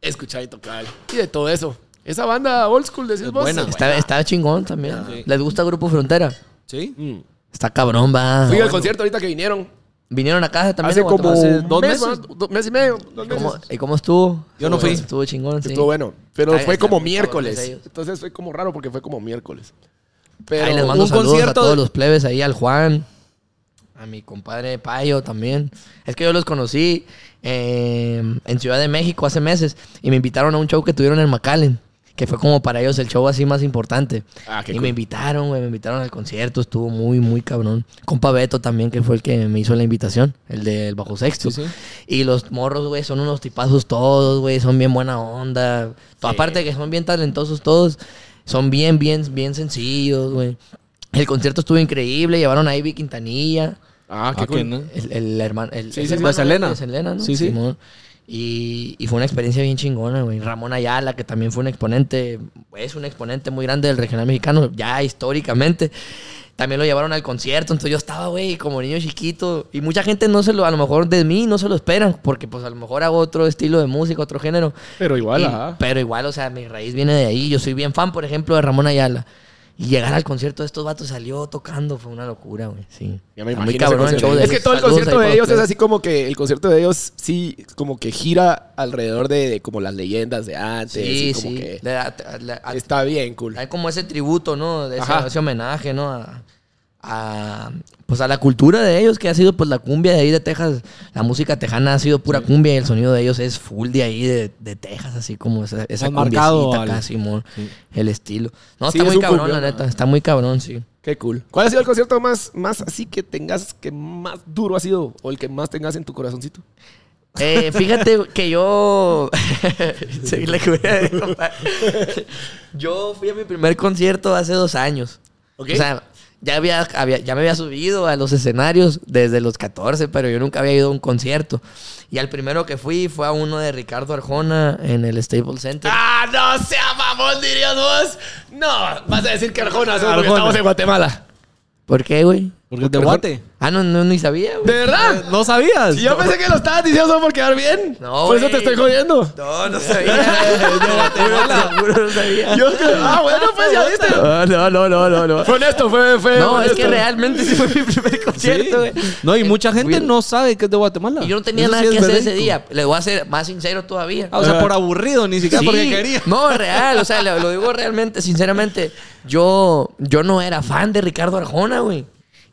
Escuchaba y tocaba y de todo eso. Esa banda old school, decís vos. buena. Está- Está, está chingón también. ¿Les gusta Grupo Frontera? Sí. Está cabrón, va. Fui al concierto ahorita que vinieron. Vinieron a casa también. Hace o como Guatemala? un dos mes, meses. más, dos meses y medio. dos meses. ¿Cómo- ¿Y cómo estuvo? Yo no Estuvo- fui. Estuvo chingón, sí. Estuvo bueno. Pero Ahí fue está, como muy miércoles. cabrones ellos. Entonces fue como raro porque fue como miércoles. Ahí Pero les mando un saludos a concierto todos de- los plebes ahí, al Juan, a mi compadre Payo también. Es que yo los conocí eh, en Ciudad de México hace meses y me invitaron a un show que tuvieron en McAllen, que fue como para ellos el show así más importante. Ah, qué y cool. me invitaron, güey, me invitaron al concierto, estuvo muy, muy cabrón. Compa Beto también, que fue el que me hizo la invitación, el del Bajo Sexto. Sí, sí. Y los morros, güey, son unos tipazos todos, güey, son bien buena onda. Aparte de que son bien talentosos todos, son bien, bien, bien sencillos, güey. El concierto estuvo increíble, llevaron a Ivy Quintanilla, Ah, Ah, que no. el, el hermano, el, Sí, el sí, hermano de Selena. de Selena, ¿no? Sí, sí. Simón. Y, y fue una experiencia bien chingona, güey. Ramón Ayala, que también fue un exponente, es un exponente muy grande del regional mexicano, ya históricamente. También lo llevaron al concierto, entonces yo estaba, güey, como niño chiquito. Y mucha gente no se lo, a lo mejor de mí no se lo esperan, porque pues a lo mejor hago otro estilo de música, otro género. Pero igual, Y- ajá. Pero igual, o sea, mi raíz viene de ahí. Yo soy bien fan, por ejemplo, de Ramón Ayala. Y llegar al concierto de estos vatos salió tocando, fue una locura, güey. Sí. Ya me Está imagino muy ese cabrón el concierto. show de Es que ellos. todo el Saludos concierto ahí de para ellos es ustedes. así como que el concierto de ellos sí como que gira alrededor de, de como las leyendas de antes. Sí, y como sí. que ah, Le da- le- a- está bien cool. Hay como ese tributo, ¿no? De ese, Ajá. ese homenaje, ¿no? A, a, pues a la cultura de ellos, que ha sido pues la cumbia de ahí de Texas. La música tejana ha sido pura cumbia y el sonido de ellos es full de ahí de, de Texas, así como esa, esa Más marcado cumbiecita al- acá, Simón. El estilo. No, Sí, es está muy un cabrón, cumbión, la ajá. neta. Está muy cabrón, sí. Qué cool. ¿Cuál ha sido el concierto más, más así que tengas, que más duro ha sido o el que más tengas en tu corazoncito? Eh, fíjate que yo. Sí, le voy a decir, compa. yo fui a mi primer concierto hace dos años. Ok. O sea, ya, había, había- ya me había subido a los escenarios desde los 14, pero yo nunca había ido a un concierto. Y al primero que fui fue a uno de Ricardo Arjona en el Staples Center. ¡Ah, no sea mamón, dirías vos! No, vas a decir que Arjona, solo porque Arjona. estamos en Guatemala. ¿Por qué, güey? Porque te guate. Ah, no, no ni sabía, ¿De güey. verdad? ¿No sabías? Si yo pensé que lo estabas diciendo solo por quedar bien. No, por eso te güey. estoy jodiendo. No, no sabía. no, seguro no sabía. Yo, ah, bueno, pues ya viste. No, no, no, no, no, no. Fue honesto, fue, fue No, es honesto. que eh. realmente sí fue mi primer concierto, güey. No, y mucha gente Güey, no sabe que es de Guatemala. Y yo no tenía Eso nada sí que es hacer ese verídico. día. Le voy a ser más sincero todavía. Ah, o sea, por aburrido, ni siquiera Sí, porque quería. No, real. O sea, lo, lo digo realmente, sinceramente. Yo, yo no era fan de Ricardo Arjona, güey.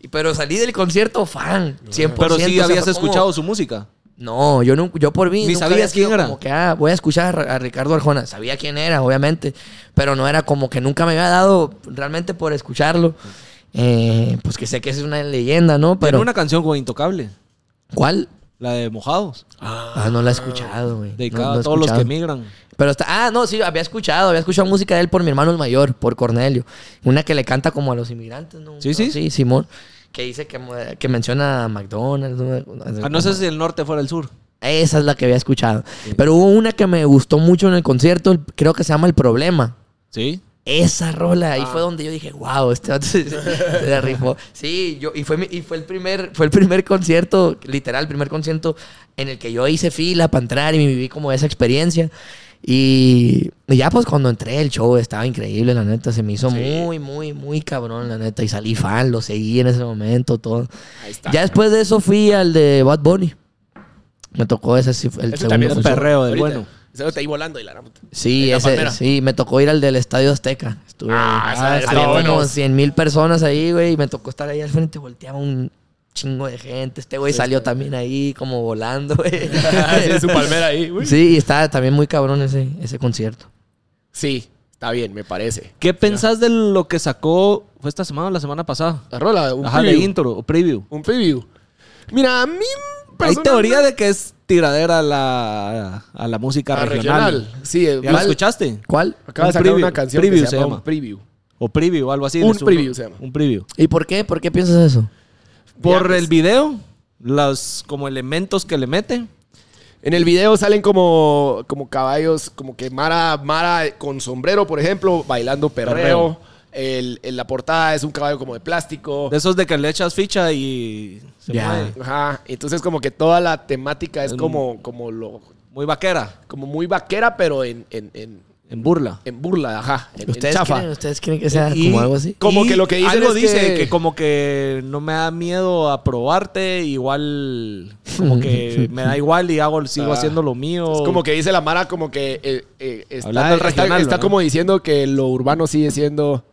Y- Pero salí del concierto fan, 100%. Pero o sí sea, habías fue como- escuchado su música. No, yo, nunca, yo por mí. Ni nunca sabías había sido quién era. Como que, ah, voy a escuchar a, a Ricardo Arjona. Sabía quién era, obviamente. Pero no era como que nunca me había dado realmente por escucharlo. Eh, pues que sé que es una leyenda, ¿no? Pero Pero. una canción como Intocable, ¿Cuál? la de Mojados, Ah, no la he escuchado, güey. No- dedicada no he a todos los que escuchado. emigran. Pero está, ah, no, sí, había escuchado, había escuchado música de él por mi hermano el mayor, por Cornelio. Una que le canta como a los inmigrantes, ¿no? Sí, sí. Sí, Simón. Que dice que, mu- que menciona a McDonald's. ¿no? Ah, no sé si el norte fuera el sur. Esa es la que había escuchado. Pero hubo una que me gustó mucho en el concierto, el- creo que se llama El Problema. Sí. Esa rola, ahí fue donde yo dije, wow, este vato se, se- se rifó. Sí, yo, y fue mi- y fue el primer, fue el primer concierto, literal, el primer concierto en el que yo hice fila para entrar y me viví como esa experiencia. Y, y ya pues cuando entré el show estaba increíble, la neta, se me hizo muy, muy, muy cabrón, la neta. Y salí fan, lo seguí en ese momento, todo. Ya después de eso fui al de Bad Bunny. Me tocó ese, sí fue el Ese segundo también es concierto. un perreo perreo de del bueno. bueno. Se está ahí volando y la gran puta. Sí, En la ese- palmera. sí, me tocó ir al del Estadio Azteca. Estuve Ah, esa- había esa como bueno. 100 mil personas ahí, güey, y me tocó estar ahí al frente, volteaba un chingo de gente. Este güey salió también ahí como volando, güey. Así es su palmera ahí. uy. sí, y estaba también muy cabrón ese, ese concierto. Sí, está bien, me parece. ¿Qué pensás de lo que sacó, fue esta semana o la semana pasada? La rola, un Ajá, de preview. intro o preview. Un preview. Mira, a mí Hay personalmente- teoría de que es tiradera a la, a la música Ah, regional. Sí, ¿Ya la escuchaste? ¿Cuál? Acaba de Un sacar preview. una canción Preview que se, se llama llama. Un Preview. O preview o algo así. Un Es preview se llama. Un preview. ¿Y por qué? ¿Por qué piensas eso? Por pues. el video, los como elementos que le meten. En el video salen como, como caballos, como que Mara, Mara con sombrero, por ejemplo, bailando perreo. Perreo. El, en la portada es un caballo como de plástico. De esos de que le echas ficha y se Ya. mueve. Ajá. Entonces como que toda la temática es como, como lo Muy vaquera, como muy vaquera, pero en, en, en, en burla. en burla, ajá. En, en ¿Ustedes chafa. creen, ¿Ustedes creen que sea Y como algo así? Como que lo que dicen algo es dice que- que... como que no me da miedo a probarte, igual como que me da igual y hago sigo Ah. haciendo lo mío. Es como que dice la Mara, como que eh, eh, está, Hablando al está- regional, está ¿verdad? como diciendo que lo urbano sigue siendo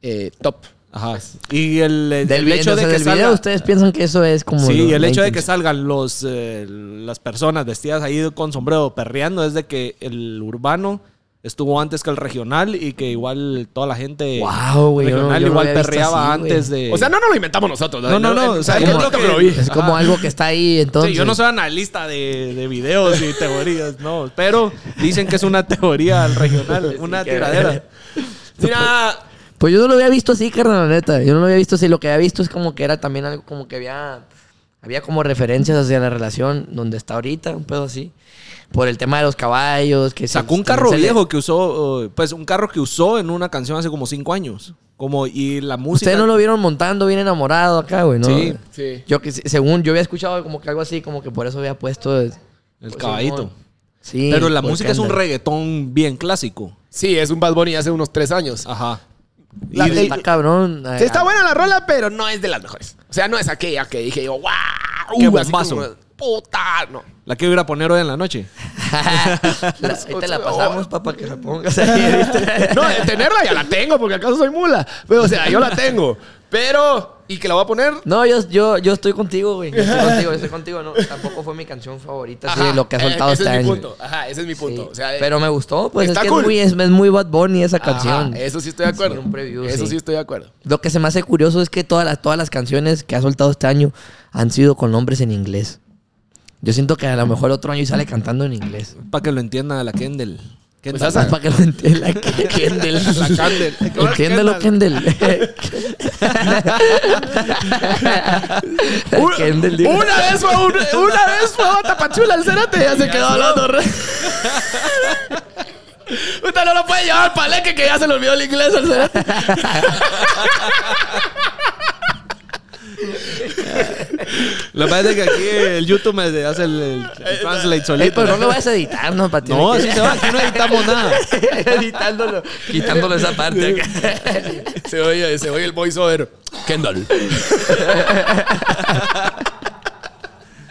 eh, top. Ajá. Y el, el Del, hecho de que del salga- video, ¿ustedes piensan que eso es como... Sí, lo- y el la hecho de que intención? salgan los eh, las personas vestidas ahí con sombrero perreando es de que el urbano estuvo antes que el regional y que igual toda la gente Guau, güey, yo no- regional yo no igual lo había visto perreaba así, güey. antes de O sea, no, no lo inventamos nosotros. No, no, no, O o sea, sea, es como- lo que lo vi. Es como Ajá. algo que está ahí, entonces. Sí, yo no soy analista de, de videos y teorías, no, pero dicen que es una teoría al regional, una qué tiradera. verga. Mira, Pues yo no lo había visto así, carnal, la neta. Yo no lo había visto así. Lo que había visto es como que era también algo como que había... Había como referencias hacia la relación donde está ahorita, un pedo así. Por el tema de los caballos, que se- sacó un también carro se le- viejo que usó, eh, pues un carro que usó en una canción hace como cinco años, como y la música. Ustedes no lo vieron montando bien enamorado acá, güey, ¿no? Sí. Sí. Yo que según yo había escuchado como que algo así, como que por eso había puesto el, El caballito. Sí. Pero la porque música es un anda- reggaetón bien clásico. Sí, es un Bad Bunny hace unos tres años. Ajá. La- Y está el- cabrón. ah, Sí, está buena la rola, pero no es de las mejores. O sea, no es aquella que dije yo, ¡guau! Qué uh, así bombazo. como, ¡Puta! No. La quiero ir a poner hoy en la noche. La- ahí te la pasamos, papá, que la pongas ahí. ¿viste? No, de tenerla ya la tengo, porque acaso soy mula. Pero, o sea, yo la tengo. Pero, ¿y que la voy a poner? No, yo, yo, yo estoy contigo, güey. Yo estoy contigo, yo estoy contigo. No, tampoco fue mi canción favorita así, de lo que ha eh, soltado ese este es mi año. punto. Ajá, ese es mi punto. Sí, O sea, eh, pero me gustó, pues es está que cool. es, muy, es, es muy Bad Bunny esa ajá, canción. eso sí estoy de acuerdo. Sí, un preview, eso sí. sí estoy de acuerdo. Lo que se me hace curioso es que todas las, todas las canciones que ha soltado este año han sido con nombres en inglés. Yo siento que a lo mejor otro año sale cantando en inglés. Para que lo entienda la Kendall. Kendall. Pues, Asa. Para que lo entienda. Kendall. La Kendall. Entiéndelo, Kendall. Una, Kendall dijo- una vez fue un- una vez fue a Tapachula el cerate ya se quedó hablando. re- Usted no lo puede llevar al palenque que ya se le olvidó el inglés al cerate. La verdad es que aquí el YouTube me hace el, el- Eh, el translate Ey, solito. pero no lo vas a editar, ¿no? Para No, así se va, aquí no editamos nada. Editándolo. Quitándolo esa parte. Se oye, se oye el voiceover. Kendall.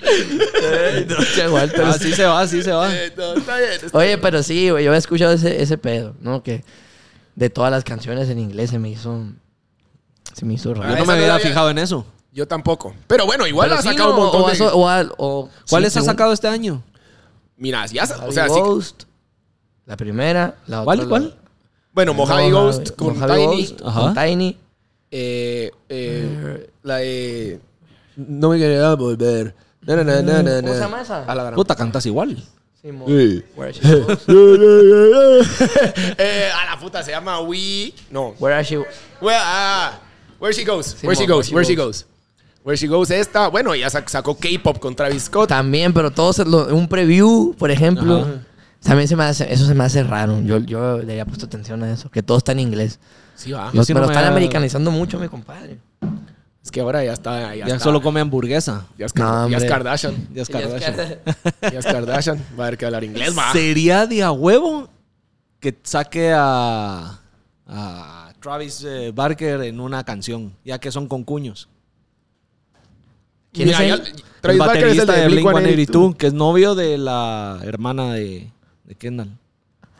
Ey, no, che, Walter. Ah. Así se va, así se va. Eh, no, está bien. está- Oye, pero sí, güey, yo había escuchado ese, ese pedo, ¿no? Que de todas las canciones en inglés se me hizo. Se me hizo raro. Yo no esa me no la había había- fijado en eso. Yo tampoco. Pero bueno, igual Pero ha sí, sacado ¿no? un montón o de. has- o al- o- ¿Cuáles sí, ha según- sacado este año? Mira, ya. sa- O Mojave sea, sí. Ghost, la primera, la ¿Cuál, otra. la- cuál? Bueno, Mojave No, Ghost con Mojave Tiny. Ghost, Ajá. con Tiny. Eh, eh, Mm. la de. No me quería volver. Na, na, na, na, na, ¿Cómo se na. llama esa? A la gran- Puta, cantas igual. Simón. Sí. Where She Goes. Eh, a la puta, se llama We. No. Where She Where, ah, where she goes. Sí, where she mo- goes. Where she goes. Where she goes esta. Bueno, ya sac- sacó K-pop con Travis Scott. También, pero todos lo- un preview, por ejemplo. También se me hace, eso se me hace raro. Yo, yo le había puesto atención a eso, que todo está en inglés. Sí, va. Los- sí me no lo me están había- americanizando mucho, mi compadre. Es que ahora ya está. Ya, Ya está. solo come hamburguesa. Ya es, No, Kar- ya es hombre. Kardashian. Ya es Kardashian. Ya es Kardashian. Va a haber que hablar inglés, va. Sería de a huevo que saque a, a Travis eh, Barker en una canción, ya que son con cuños. ¿Quién Mira, es ya- él? Travis el Barker es baterista el de de Blink 182. 182, que es novio de la hermana de, de Kendall.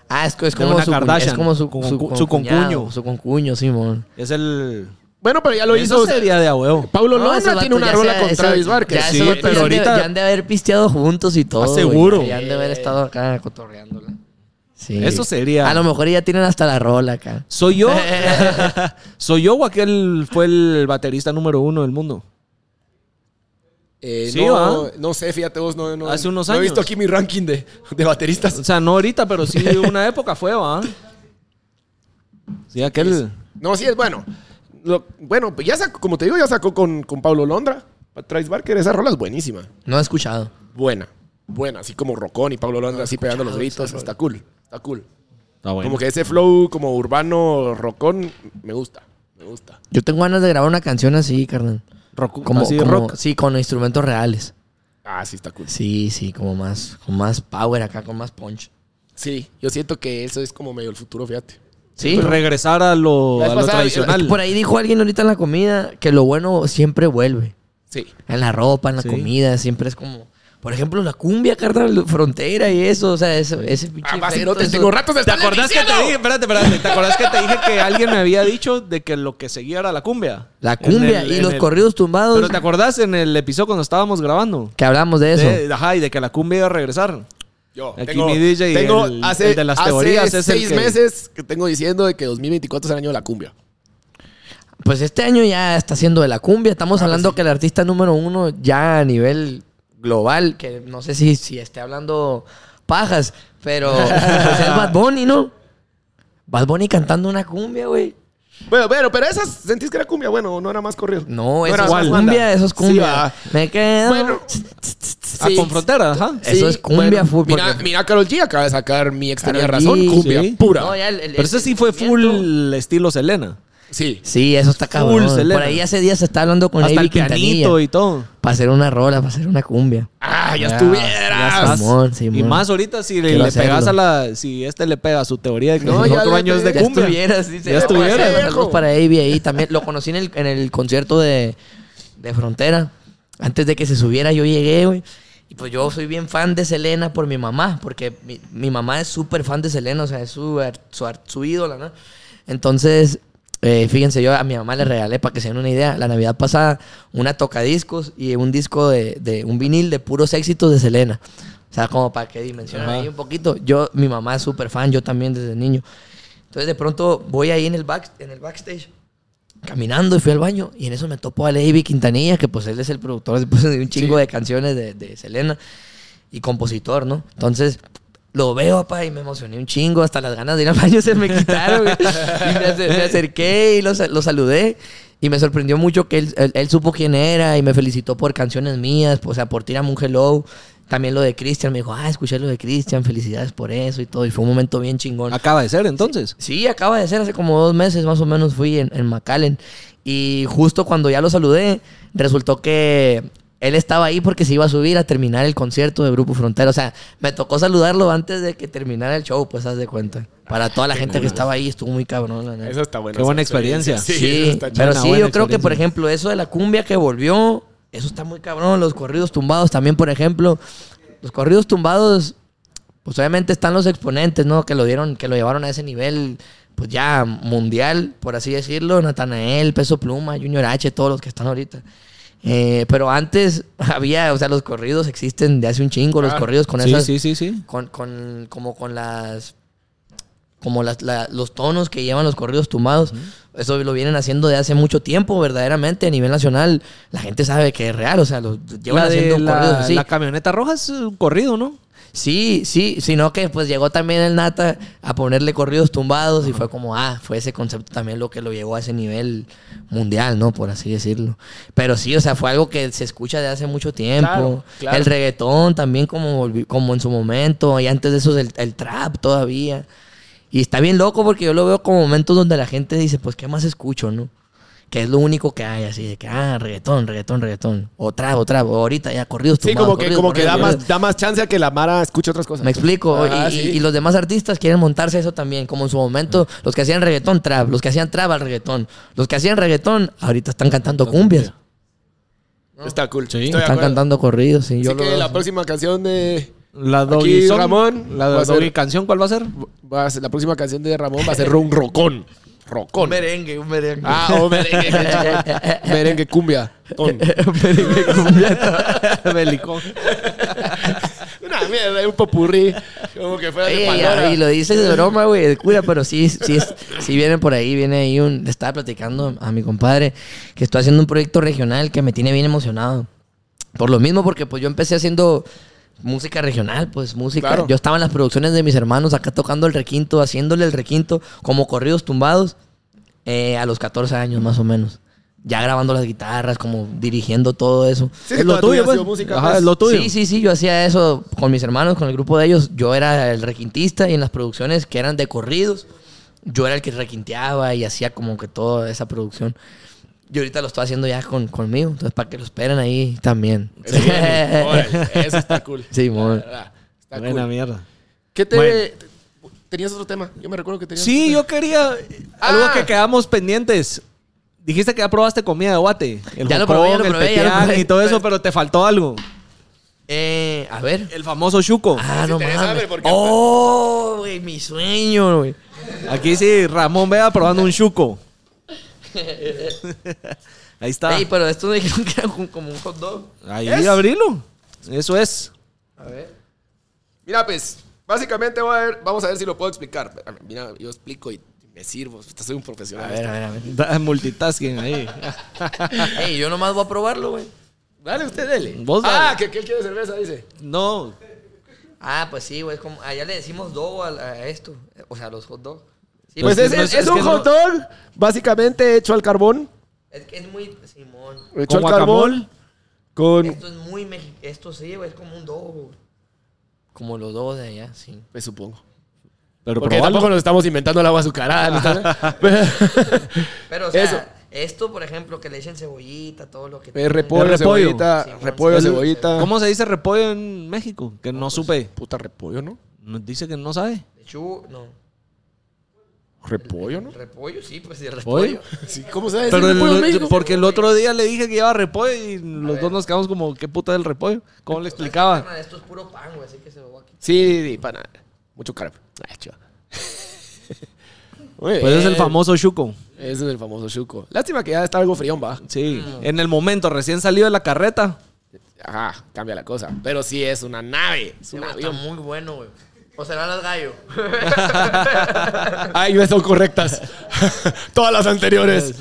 Ah, es, es De como una su, cuñ- es Kardashian. como su, Con- su, cu- su concuñado, concuño. Su concuño, Simón. Es el. Bueno, pero ya lo Eso hizo. sería de a huevo. Paulo No, ese Londra vato tiene una ya rola sea- con ese- Travis Barker. ya Sí, ese vato pero ya han de- ahorita- ya han de haber pisteado juntos y todo. Ah, güey. seguro. Ya han de haber estado acá cotorreándola. Sí. Eso sería. A lo mejor ya tienen hasta la rola acá. ¿Soy yo? ¿Soy yo o aquel fue el baterista número uno del mundo? Eh, Sí, no, va. no sé, fíjate vos. No, no, Hace unos No he visto años. aquí mi ranking de, de O bateristas. sea, no ahorita, pero sí una época fue, ¿va? Sí, aquel. No, sí es bueno. Lo- bueno, pues ya sacó, como te digo, ya sacó con, con Paulo Londra. Travis Barker, esa rola es buenísima. No he escuchado. buena, buena, así como Rocón y Pablo Londra, así pegando los gritos, está cool, está cool. Está bueno. Como que ese flow como urbano Rocón me gusta, me gusta. Yo tengo ganas de grabar una canción así, carnal. Rock, Como, así, como- rock. Sí, con instrumentos reales. Ah, sí está cool. Sí, sí, como más, con más power acá, con más punch. Sí, yo siento que eso es como medio el futuro, fíjate. Pues Sí. Regresar a lo, La vez a lo pasada, tradicional. Por ahí dijo alguien ahorita en la comida que lo bueno siempre vuelve. Sí. En la ropa, en la Sí. comida, siempre es como. Por ejemplo, la cumbia, carnal, frontera y eso. O sea, ese, ese pinche. Ah, va, efecto, cerote, eso- tengo ratos de ¿Te estarles acordás que te diciendo. dije? Espérate, espérate. ¿Te acordás que te dije que alguien me había dicho de que lo que seguía era la cumbia? La En cumbia el- y en los el- corridos tumbados. Pero ¿te acordás en el episodio cuando estábamos grabando? Que hablamos de eso. De, ajá, y de que la cumbia iba a regresar. Yo Aquí tengo, mi DJ, tengo el- hace, el de las hace teorías es el seis que- meses que tengo diciendo de que 2024 es el año de la cumbia. Pues este año ya está siendo de la cumbia. Ah, pues Estamos hablando que el artista número uno ya a nivel global, que no sé si, si esté hablando pajas, pero pues es Bad Bunny, ¿no? Bad Bunny cantando una cumbia, güey. Bueno, pero, pero esas, ¿sentís que era cumbia? Bueno, no era más corrido. No, eso era es más cumbia, banda. eso es Sí, cumbia. va. Me quedo. Bueno, A Sí. con frontera, ajá. Eso es cumbia full, Mira, porque- mira, Carol G acaba de sacar mi ex tenía Karol razón, G, cumbia sí. pura. No, ya el- el- Pero ese el sí fue sentimiento. full estilo Selena. Sí. Sí, eso está cabrón. Selena. Por ahí hace días se está hablando con Hasta Avi el pianito Quintanilla y todo. para hacer una rola, para hacer una cumbia. Ah, ya estuviera. ya estás. Simón, Simón. Y más ahorita si le, Quiero le pegas a hacerlo. la. Si este le pega a su teoría de que No, el ya otro le año es de ya cumbia. estuvieras, dice. Ya estuvieras. Saludos para Avi ahí también. Lo conocí en el, en el concierto de, de Frontera. Antes de que se subiera, yo llegué, güey. Y pues yo soy bien fan de Selena por mi mamá, porque mi, mi mamá es súper fan de Selena, o sea, es su, ar- su, ar- su ídola, ¿no? Entonces, eh, fíjense, yo a mi mamá le regalé, para que se den una idea, la Navidad pasada, una tocadiscos y un disco de, de un vinil de puros éxitos de Selena. O sea, como para que dimensionen Ajá. ahí un poquito. Yo, mi mamá es súper fan, yo también desde niño. Entonces de pronto voy ahí en el, back, en el backstage caminando y fui al baño y en eso me topo a Levi Quintanilla, que pues él es el productor después de un chingo de canciones de, de Selena y compositor, ¿no? Entonces lo veo, papá, y me emocioné un chingo, hasta las ganas de ir al baño se me quitaron. güey. y me, ace- me acerqué y lo, sa- lo saludé y me sorprendió mucho que él, él- él supo quién era y me felicitó por canciones mías, o sea, por Tírame un Hello. También lo de Cristian, me dijo, ah, escuché lo de Cristian, felicidades por eso y todo. Y fue un momento bien chingón. Acaba de ser entonces. Sí, acaba de ser hace como dos meses más o menos fui en, en McAllen. Y justo cuando ya lo saludé, resultó que él estaba ahí porque se iba a subir a terminar el concierto de Grupo Frontera. O sea, me tocó saludarlo antes de que terminara el show, pues haz de cuenta. Para toda la gente que estaba ahí, estuvo muy cabrón. la neta. Eso está bueno. Qué buena experiencia. Sí, eso Sí, está chido. pero una sí, buena yo creo que, por experiencia. ejemplo, eso de la cumbia que volvió, eso está muy cabrón. Los corridos tumbados también, por ejemplo. Los corridos tumbados, pues obviamente están los exponentes, ¿no? Que lo dieron, que lo llevaron a ese nivel, pues ya mundial, por así decirlo. Natanael, Peso Pluma, Junior H, todos los que están ahorita. Eh, pero antes había, o sea, los corridos existen de hace un chingo, los corridos con Sí, esas sí, sí, sí. con, con- como con las como las, la- los tonos que llevan los corridos tumbados. Eso lo vienen haciendo de hace mucho tiempo, verdaderamente, a nivel nacional. La gente sabe que es real, o sea, los llevan La, de haciendo la- corridos así. la camioneta roja es un corrido, ¿no? Sí, sí, sino que pues llegó también el Nata a ponerle corridos tumbados y fue como, ah, fue ese concepto también lo que lo llevó a ese nivel mundial, ¿no? Por así decirlo. Pero sí, o sea, fue algo que se escucha de hace mucho tiempo. Claro, claro. El reggaetón también como, volvi- como en su momento y antes de eso el, el trap todavía. Y está bien loco porque yo lo veo como momentos donde la gente dice, pues, ¿qué más escucho, no? Que es lo único que hay, así de que, ah, reggaetón, reggaetón, reggaetón. O trap, o trap, o ahorita ya corridos Sí, tumbados. como que, corridos, como que da, corridos, corridos. más, da más chance a que la Mara escuche otras cosas. Me explico. Ah, y, y- sí. y los demás artistas quieren montarse a eso también. Como en su momento, los que hacían reggaetón, trap. Los que hacían trap al reggaetón. Los que hacían reggaetón, ahorita están cantando cumbias. Está cool. Sí. Estoy de Están acuerdo. cantando corridos. Sí, yo Así lo que veo la así. próxima canción de. La Aquí doggy song, Ramón La va a ser- doggy canción, ¿cuál va a ser? va a ser- la próxima canción de Ramón va a ser un rocón. Un Rocón. merengue, un merengue. Ah, o merengue. merengue cumbia. Ton. Un merengue cumbia. Belicón. Una mierda, un popurrí. Como que fuera de Oye, Pandora. y, y lo dices de broma, güey, de cura, pero sí, sí, es- sí viene por ahí, viene ahí un... Le estaba platicando a mi compadre que estoy haciendo un proyecto regional que me tiene bien emocionado. Por lo mismo, porque pues yo empecé haciendo música regional, pues música... Claro. Yo estaba en las producciones de mis hermanos acá tocando el requinto, haciéndole el requinto como corridos tumbados eh, a los 14 años más o menos. Ya grabando las guitarras, como dirigiendo todo eso. Sí, que toda tu vida ha sido música, Ajá, pues. es lo tuyo. Sí, sí, sí, yo hacía eso con mis hermanos, con el grupo de ellos. Yo era el requintista y en las producciones que eran de corridos, yo era el que requinteaba y hacía como que toda esa producción. Y ahorita lo estoy haciendo ya con, conmigo, entonces para que lo esperen ahí también. Sí, órale, eso está cool. Sí, mon. La verdad, está Buena cool. mierda. ¿Qué te. Bueno. Tenías otro tema. Yo me recuerdo que tenías. Ah, otro Sí, yo quería algo que quedamos pendientes. Dijiste que ya probaste comida de guate. El Ya lo jocón, probé, ya lo el probé, ya lo pepián probé. y todo eso, pero te faltó algo. Eh, a ver. El famoso chuco. Ah, no tenés mames. hambre, porque- Oh, güey, mi sueño, güey. Aquí sí, Ramón Vea probando un chuco. Ahí está. Ah. Ey, pero esto dijeron que era un- como un hot dog. Ahí, abrilo. Eso es. tema. Mira, pues, básicamente voy a ver- vamos a ver si lo puedo explicar. Espérame, Mira, yo explico y me sirvo. Puta, Soy un profesional. A ver, a ver, a ver. Da multitasking ahí. Ey, yo nomás voy a probarlo, güey. Dale, usted dele. Vos ah, dale. que, que él quiere cerveza, dice. No. Ah, pues sí, güey. es como- Allá le decimos dogo a, a esto. O sea, a los hot dogs. Sí, Pues es, no es- es un que no- hot dog, básicamente hecho al carbón. Es que es muy. Simón. Hecho Con al carbón. guacamole. Con. Esto es muy. mex- Esto sí, güey. Es como un dogo. Como los dogos de allá, sí. Pues supongo. Pero Porque probalo. tampoco nos estamos inventando el agua azucarada. ¿no? Pero, o sea, Eso. Eh, Esto, por ejemplo, que le echen cebollita, todo lo que... Es tiene. repollo, El repollo. cebollita, Sí, bueno, repollo, sí. cebollita. ¿Cómo se dice repollo en México? Que no supe. Puta repollo, ¿no? Nos dice que no sabe. Lechu- no. Repollo, ¿no? Repollo, sí, pues sí, ¿Repollo? repollo. Sí, ¿cómo se dice? Pero el- repollo en México? porque el otro día le dije que llevaba repollo y los dos nos quedamos como, ¿qué puta del repollo? ¿Cómo le Ah. explicaba? Esto es puro pan, güey, así que se lo voy a quitar. Sí, sí, sí, para nada. Mucho carb. Ah, chiva. Muy Pues es el bien. famoso chuco. Ese es el famoso chuco. Lástima que ya está algo frío, va. Sí. En el momento, recién salido de la carreta. Ajá, cambia la cosa. Pero sí es una nave. Es un Está avión. muy bueno, güey. O será las gallo. Ay, no son correctas. Todas las anteriores.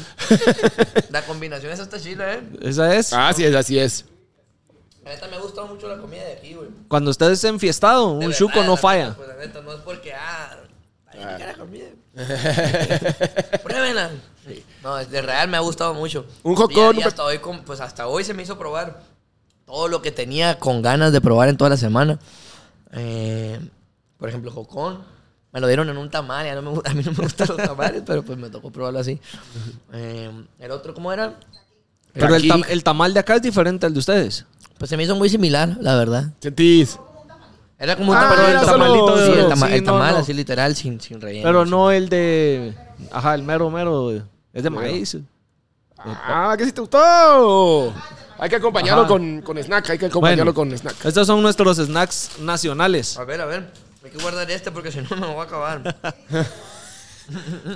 la combinación es hasta chila, ¿eh? Esa es. Así Ah, es, así es. La neta me ha gustado mucho la comida de aquí, güey. De Cuando usted es enfiestado, un verdad, chuco la no neta, falla. Pues la neta, no es porque, ah, ay, me cara comida. Pruébenla. No, es de real me ha gustado mucho. Un Y hot ya- dog, y un pe- hasta hoy, con- pues hasta hoy se me hizo probar todo lo que tenía con ganas de probar en toda la semana. Eh, por ejemplo, jocón. Me lo dieron en un tamal. ya no me gu- a mí no me gustan los tamales, pero pues me tocó probarlo así. Eh, el otro, ¿cómo era? Pero el, tam- Aquí- el tamal de acá es diferente al de ustedes. Pues se me hizo muy similar, la verdad. Sentís. Era como un Ah, tamal, era el solo- tamalito, sí, el, solo- tama- sí, el no, tamal no. así literal, sin, sin relleno. Pero no el de. Ajá, el mero mero. Es de maíz. Ah, que sí te gustó. Hay que acompañarlo Ajá. con, con snack. Hay que acompañarlo Bueno. con snack. Estos son nuestros snacks nacionales. A ver, a ver. Hay que guardar este porque si no me lo voy a acabar.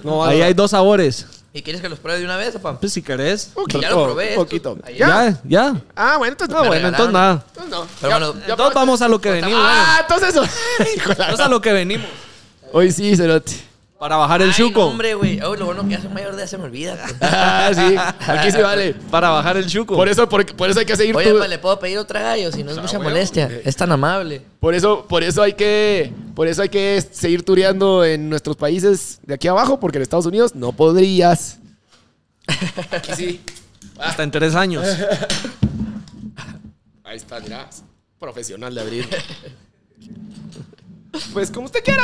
No, Ahí no. hay dos sabores. ¿Y quieres que los pruebe de una vez, papá? Pues si querés. Un poquito, Ya lo probé, Un esto. poquito. Ahí Ya. Ya, ya. Ah, bueno, entonces no, Me bueno. regalaron. Entonces nada. Entonces no. Pero Ya- bueno, ya Entonces vamos a lo que venimos. Ah, bueno. entonces eso. Hijo de la- Entonces a lo que venimos. Hoy sí, Cerote. Para bajar el Ay, no, chuco. hombre, güey. Ay, lo bueno que hace mayor de edad se me olvida. pues. Ah, sí. Aquí sí vale. Para bajar el chuco. Por eso, por, por eso hay que seguir Oye, tu- pa, le puedo pedir otra gallo si no es mucha huevo. molestia. Es tan amable. Por eso, por eso hay que, por eso hay que seguir tureando en nuestros países de aquí abajo, porque en Estados Unidos no podrías. Aquí sí. Ah. Hasta en tres años. Ahí está, mira. Profesional de abrir. Pues como usted quiera.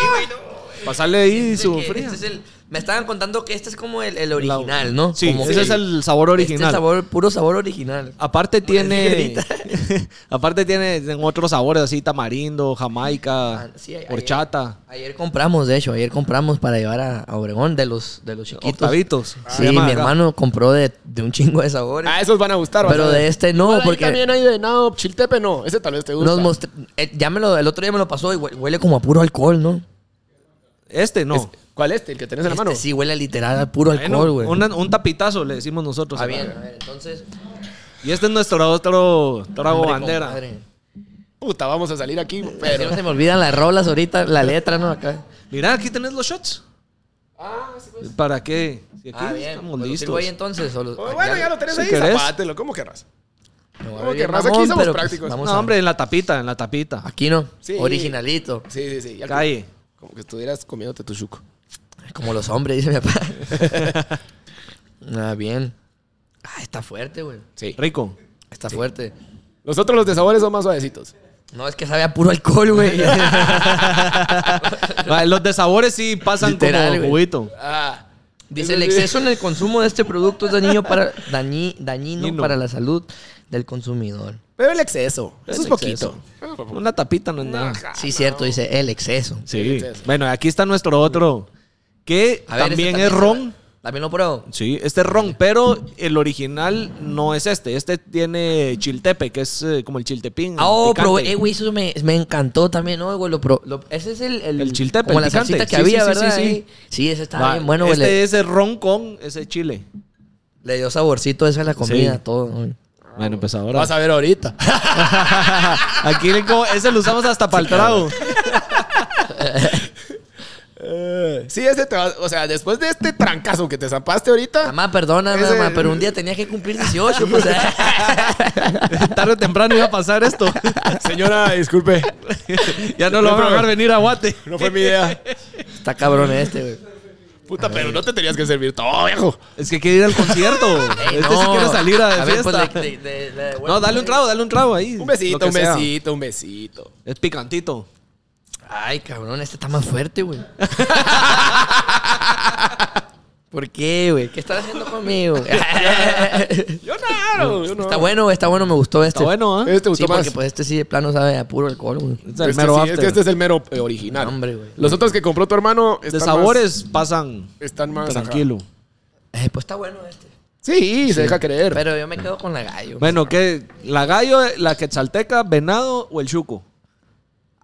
Pasarle ahí su Dice que fría. este es el- me estaban contando que este es como el, el original, ¿no? Sí, Como ese que es el sabor este original. sabor, puro sabor original. Aparte tiene. dije aparte tiene tienen otros sabores así: tamarindo, jamaica, Ah, sí, ayer- horchata, Ayer compramos, de hecho, ayer compramos para llevar a, a Obregón de los, de los chiquitos. octavitos. Se Sí, llama mi acá. hermano compró de, de un chingo de sabores. Ah, esos van a gustar. vas a pero ver. de este no, Igual ahí porque también hay de no, chiltepe no. Ese tal vez te gusta. nos mostró, eh, ya me lo, el otro día me lo pasó y hue- huele como a puro alcohol, ¿no? Este no. Es- ¿Cuál este? El que tenés en la Este mano. sí huele literal a puro Bueno, alcohol, güey. una- un tapitazo le decimos nosotros. Ah, acá. bien, a ver, entonces... Y este es nuestro otro trago hombre, bandera. compadre. Puta, vamos a salir aquí, Si pero. no se me olvidan las rolas ahorita, la letra, ¿no? Acá. Mirá, aquí tenés los shots. Ah, pues. ¿Para qué? Si aquí Ah, bien. estamos Pues lo listos. sirvo ahí entonces. o lo- Oh, bueno, ya lo tenés si ahí. querés. zapátelo, ¿cómo querrás? me voy a ¿Cómo abrir, querrás? Aquí mamón, somos pero, pues, prácticos. vamos No, a- hombre, en la tapita, en la tapita. Aquí no. Sí. Originalito. Sí, sí, sí. ya Calle. Como que estuvieras comiéndote tu chuco. Como los hombres, dice mi papá. ah, bien. Ah, está fuerte, güey. Sí. Rico. Está fuerte. Los otros, los de sabores, son más suavecitos. No, es que sabe a puro alcohol, güey. Ah, Los de sabores sí pasan Literal, como güey. juguito. Ah. Dice, el exceso en el consumo de este producto es dañino para, dañi- dañino Dañino. para la salud del consumidor. Pero el exceso. Eso es El poquito. exceso. Una tapita no es nada. Ah, Sí, cierto, dice el exceso. Sí. Bueno, aquí está nuestro otro. Que A ver, también este es ron. También lo pruebo. Sí, este es ron, pero el original no es este. Este tiene chiltepe, que es eh, como el chiltepín. Ah, oh, picante. probé. Eh, güey, eso me, me encantó también, ¿no? Güey, lo, pro- lo- ese es el... El chiltepe, Como el la picante. salsita que Sí, había, sí, sí, ¿verdad? sí, Sí, sí. ese está Va, bien bueno, güey. este le, es el ron con ese chile. le dio saborcito eso a la comida, Sí. todo. güey. Bueno, pues ahora. Vas a ver ahorita. Aquí le co- ese lo usamos hasta para el trago. sí, este te va. O sea, después de este trancazo que te zampaste ahorita. Mamá, perdóname, Ese- mamá, pero un día tenía que cumplir 18, pues. Tarde o temprano iba a pasar esto. Señora, disculpe. ya no lo van a dejar venir a Guate. No fue mi idea. está cabrón este, güey. Puta, pero no te tenías que servir todo, viejo. Es que quiere ir al concierto. Ey, este sí no. quiere salir a, de A ver, fiesta. pues, le- le- le- le- no, dale un trago, dale un trago ahí. Un lo besito, que un sea. besito, un besito. Es picantito. Ay, cabrón, este está más fuerte, güey. ¿Por qué, güey? ¿Qué estás haciendo conmigo? Yo no, yo no. está bueno, güey, está bueno, me gustó este. Está bueno, ¿eh? Este sí, gustó más. porque pues este sí de plano sabe a puro alcohol, güey. Es el Este mero sí, after. es que este es el mero eh, original. No, hombre, güey. Los otros que compró tu hermano de están más- sabores pasan están más ajá. tranquilo. Eh, pues está bueno este. Sí, se deja creer. Pero yo me quedo con la gallo. Bueno, ¿qué? ¿La gallo, la quetzalteca, venado o el chuco?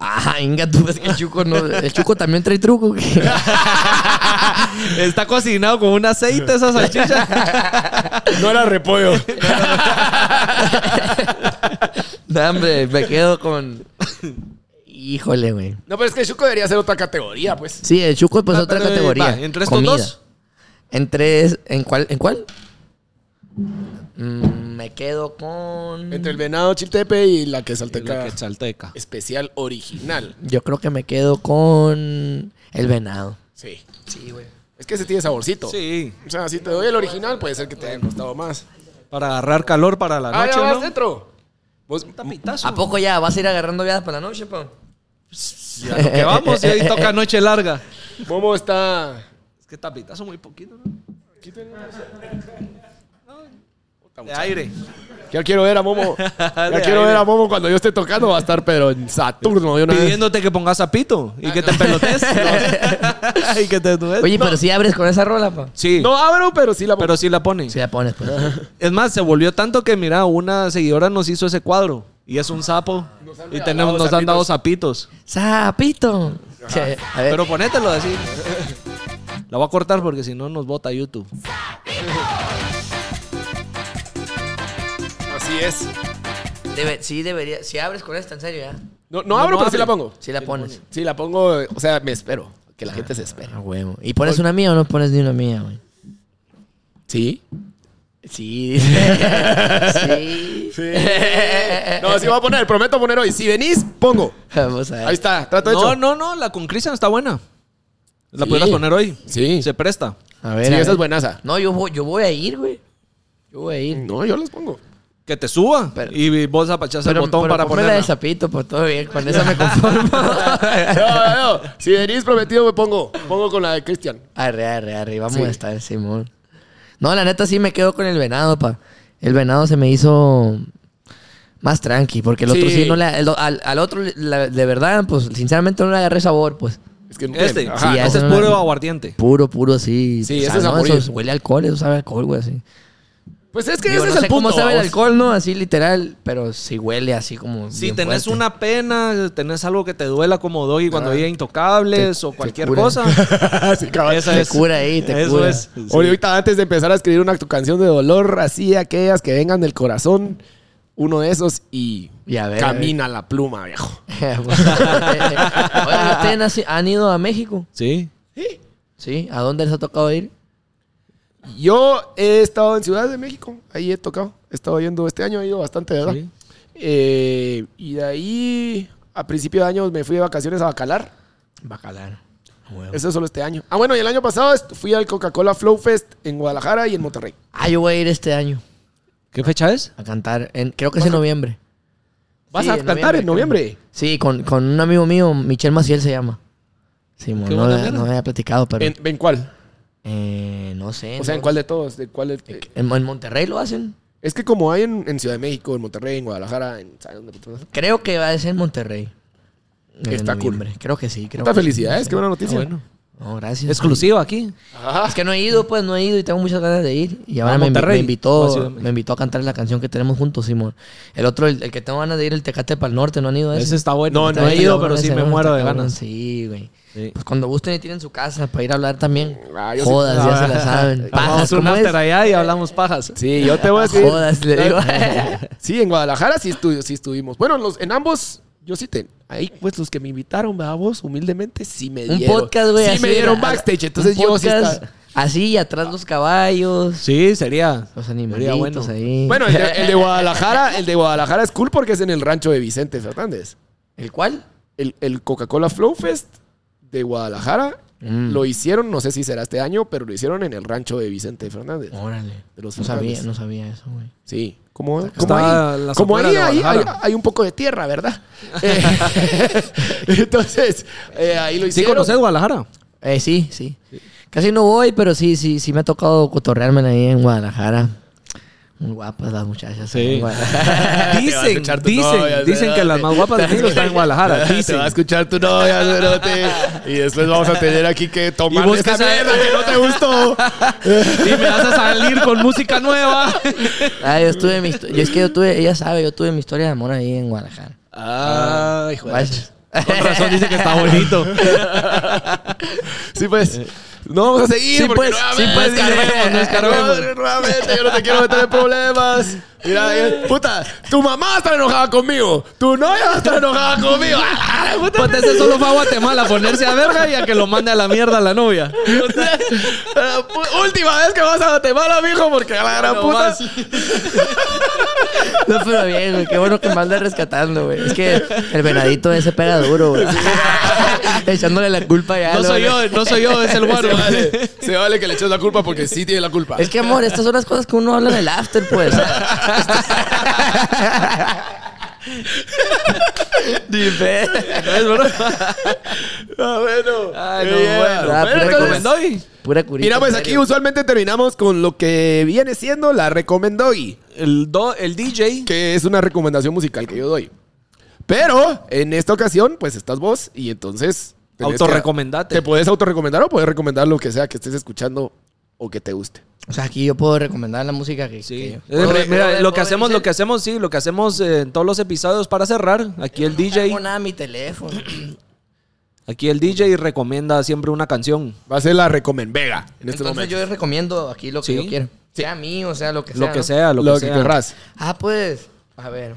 Ah, venga, tú ves que el chuco no. El chuco también trae truco. güey. Está cocinado con un aceite esa salchicha. No era repollo. no, hombre, me quedo con. Híjole, güey. No, pero es que el Chuco debería ser otra categoría, pues. Sí, el chuco es pues Ah, otra pero, eh, categoría. va, ¿entre estos dos? Entre. es- ¿En cuál? ¿En cuál? Mm, me quedo con. Entre el venado chiltepe y la que La salteca quetzalteca. especial original. Yo creo que me quedo con. El venado. Sí. Sí, güey. Es que ese tiene saborcito. Sí, O sea, si te doy el original, puede ser que te haya costado más. para agarrar calor para la Ah, noche, ya vas ¿no? dentro. Vos, Tapitazo. ¿A poco ya vas a ir agarrando viadas para la noche, pa? Ya lo que vamos y ahí toca noche larga. Momo está. Es que tapitazo muy poquito, ¿no? De aire. Ya quiero ver a Momo. Ya De quiero aire. ver a Momo cuando yo esté tocando. Va a estar, pero en Saturno. Yo no Pidiéndote que pongas zapito y que te pelotes. y que te desnudes. Oye, pero si abres con esa rola, pa. Sí, No abro, pero sí la pero sí la ponen. Si la pones, pues. Es más, se volvió tanto que, mira, una seguidora nos hizo ese cuadro. Y es un sapo. y tenemos, nos han dado zapitos. ¡Sapito! Che, a ver. Pero ponételo así. La voy a cortar porque si no nos bota YouTube. Así es. Debe- sí, debería. Si abres con esta, en serio, ya. No, no abro, pero sí la pongo. Si la pones. Sí, la pongo. eh, O sea, me espero. Que la gente se espere. Ah, huevo. ¿Y pones una mía o no pones ni una mía, güey? Sí. Sí, dice. sí. No, sí voy a poner. Prometo poner hoy. Si venís, pongo. Vamos a ver. Ahí está. Trato hecho. No, no, no, la con Cristian está buena. La Sí. pudieras poner hoy. Sí. Se presta. A ver. Sí, a esa ver. es buenaza. No, yo voy, yo voy a ir, güey. Yo voy a ir. No, yo las pongo. Que te suba. Pero- y vos apachás el Pero, botón pero para ponme la ponerla. de sapito, pues todo bien. Con esa me conformo. No, no, no. Si venís prometido, me pongo. Pongo con la de Cristian. Arre, arre, arre. Vamos Sí. a estar, Simón. No, la neta sí me quedo con el venado, pa. El venado se me hizo más tranqui, porque el otro Sí. sí no le... el- al, al otro, la- de verdad, pues, sinceramente no le agarré sabor, pues. Es que Este, Ajá, Sí, sí, ya no. este ese es no la- puro aguardiente. Puro, puro, así. Sí, ese es a no, morir. eso huele a alcohol, eso sabe a alcohol, güey, así. Pues es que Digo, ese no es el sé punto. cómo sabe el vamos. alcohol, ¿no? Así literal, pero sí huele así como Si bien tenés fuerte. una pena, tenés algo que te duela como Doggy cuando veía Intocables Te- o te cualquier cura. cosa. Sí, cabrón. Esa Te es. cura ahí, te Eso cura. es. Sí. Oye, ahorita antes de empezar a escribir una tu canción de dolor, así aquellas que vengan del corazón, uno de esos y, Y a ver, camina la pluma, viejo. Oigan, ¿ustedes han sido- han ido a México? Sí. ¿Sí? ¿A dónde les ha tocado ir? Yo he estado en Ciudad de México, ahí he tocado, he estado yendo este año, he ido bastante, ¿verdad? Sí. Eh, y de ahí, a principio de año, me fui de vacaciones a Bacalar. Bacalar. Eso es solo este año. Ah, bueno, y el año pasado est- fui al Coca-Cola Flow Fest en Guadalajara y en Monterrey. Ah, yo voy a ir este año ¿Qué fecha es? a cantar. en- creo que es en noviembre. ¿Vas Sí, a en cantar en noviembre, noviembre? Sí, con, con un amigo mío, Michel Maciel se llama. Sí, mo, Qué no, buena le- mierda. no me había platicado, pero. ¿En, en cuál? eh, no sé. O sea, no- ¿en cuál de todos? ¿De cuál de- En, en Monterrey lo hacen. Es que como hay en, en Ciudad de México, en Monterrey, en Guadalajara, en... ¿sabes dónde putas? Creo que va a ser en Monterrey. en Está cool. noviembre. Creo que sí. Creo Puta, que- felicidades, sí. qué buena noticia. Ah, bueno. No, gracias. Exclusiva aquí. Es que no he ido, pues no he ido y tengo muchas ganas de ir. Y ahora ¿A me, invi- Monterrey? me ¿O a Ciudad de invitó México? me invitó a cantar la canción que tenemos juntos, Simón. El otro, el, el que tengo ganas de ir, el Tecate para el Norte, ¿no han ido a ese? Ese está bueno. No, No, no he ido, pero sí me muero de ganas. Sí, güey. Sí. Pues cuando gusten y tienen su casa para ir a hablar también. Ah, yo sí- Jodas, ya se la saben. Vamos Pajas, un ¿cómo es? after allá y hablamos pajas. Sí, yo te voy a decir. Jodas, le digo. Sí, en Guadalajara sí, estu- sí estuvimos. Bueno, los, en ambos, yo sí te. Ahí, pues los que me invitaron, a vos, humildemente, sí me un dieron. podcast, güey. Sí así me era- dieron backstage, un entonces yo sí podcast estaba- Así, y atrás los caballos, Sí, sería. los sería animalitos bueno. ahí. Bueno, eh. el de, el de Guadalajara, el de Guadalajara es cool porque es en el rancho de Vicente Fernández. ¿El cuál? El, el Coca-Cola Flow Fest de Guadalajara Mm. lo hicieron, no sé si será este año, pero lo hicieron en el rancho de Vicente Fernández. Órale. De los no sabía, Fernández. no sabía eso, güey. Sí. Como, como Está ahí, las como ahí, afueras de ahí hay, Guadalajara. hay un poco de tierra, ¿verdad? Eh, entonces, eh, ahí lo ¿Sí hicieron. conoces Guadalajara? Eh, sí, sí. Casi no voy, pero sí, sí, sí me ha tocado cotorrearme ahí en Guadalajara. Muy guapas las muchachas. Sí. en Guadalajara. Te va a Dicen, escuchar tu dicen, novia, dicen que las más guapas de México están en Guadalajara. Te Dicen. va a escuchar tu novia, cerote. Y después vamos a tener aquí que tomar ¿Y vos esa qué sabes? mierda que no te gustó. Y me vas a salir con música nueva. Ah, yo estuve mi histo- yo es que yo tuve, ella sabe, yo tuve mi historia de amor ahí en Guadalajara. Ah, hijo de la Guachas. Con razón dice que está bonito. Sí, pues. No vamos a seguir. Eh, Sí, porque pues, nuevamente- sí, pues, descarguemos, descarguemos. No, Nuevamente, yo no te quiero meter en problemas. Mira, eh, puta, tu mamá está enojada conmigo. Tu novia está enojada conmigo. Ah, la puta. Puta, ese solo fue a Guatemala a ponerse a verga y a que lo mande a la mierda a la novia. La pu- Última vez que vas a Guatemala, mijo, porque a la gran No puta. más. No, pero bien, güey. Qué bueno que me anda rescatando, güey. Es que el venadito ese pega duro, güey. Echándole la culpa ya. No lo- soy yo, no soy yo, es el guaro. Se vale, se vale que le eches la culpa porque sí tiene la culpa. Es que, amor, estas son las cosas que uno habla en el after, pues. Dime. Ah, bueno. Ay, no, Yeah. bueno. Ah, Bueno, pero entonces, recomendó. Pura curita. Mira, pues en aquí serio. usualmente terminamos con lo que viene siendo la recomendó y Eh, El, do- el DJ. que es una recomendación musical que yo doy. Pero en esta ocasión, pues estás vos y entonces. tenés que- Autorrecomendate. Te puedes autorrecomendar o puedes recomendar lo que sea que estés escuchando o que te guste. O sea, aquí yo puedo recomendar la música que. que Sí. yo- Eh, Puedo- Mira, puedo- lo puedo que hacemos, decir, lo que hacemos, sí, lo que hacemos eh, en todos los episodios para cerrar. Aquí el No DJ, tengo nada en mi teléfono. aquí el DJ recomienda siempre una canción. Va a ser la recomenvega en este Entonces momento. yo recomiendo aquí lo que Sí. yo quiero. Sea mío, sea lo que sea. Lo que ¿no? sea, lo, lo que, que sea. querrás. Ah, pues, a ver.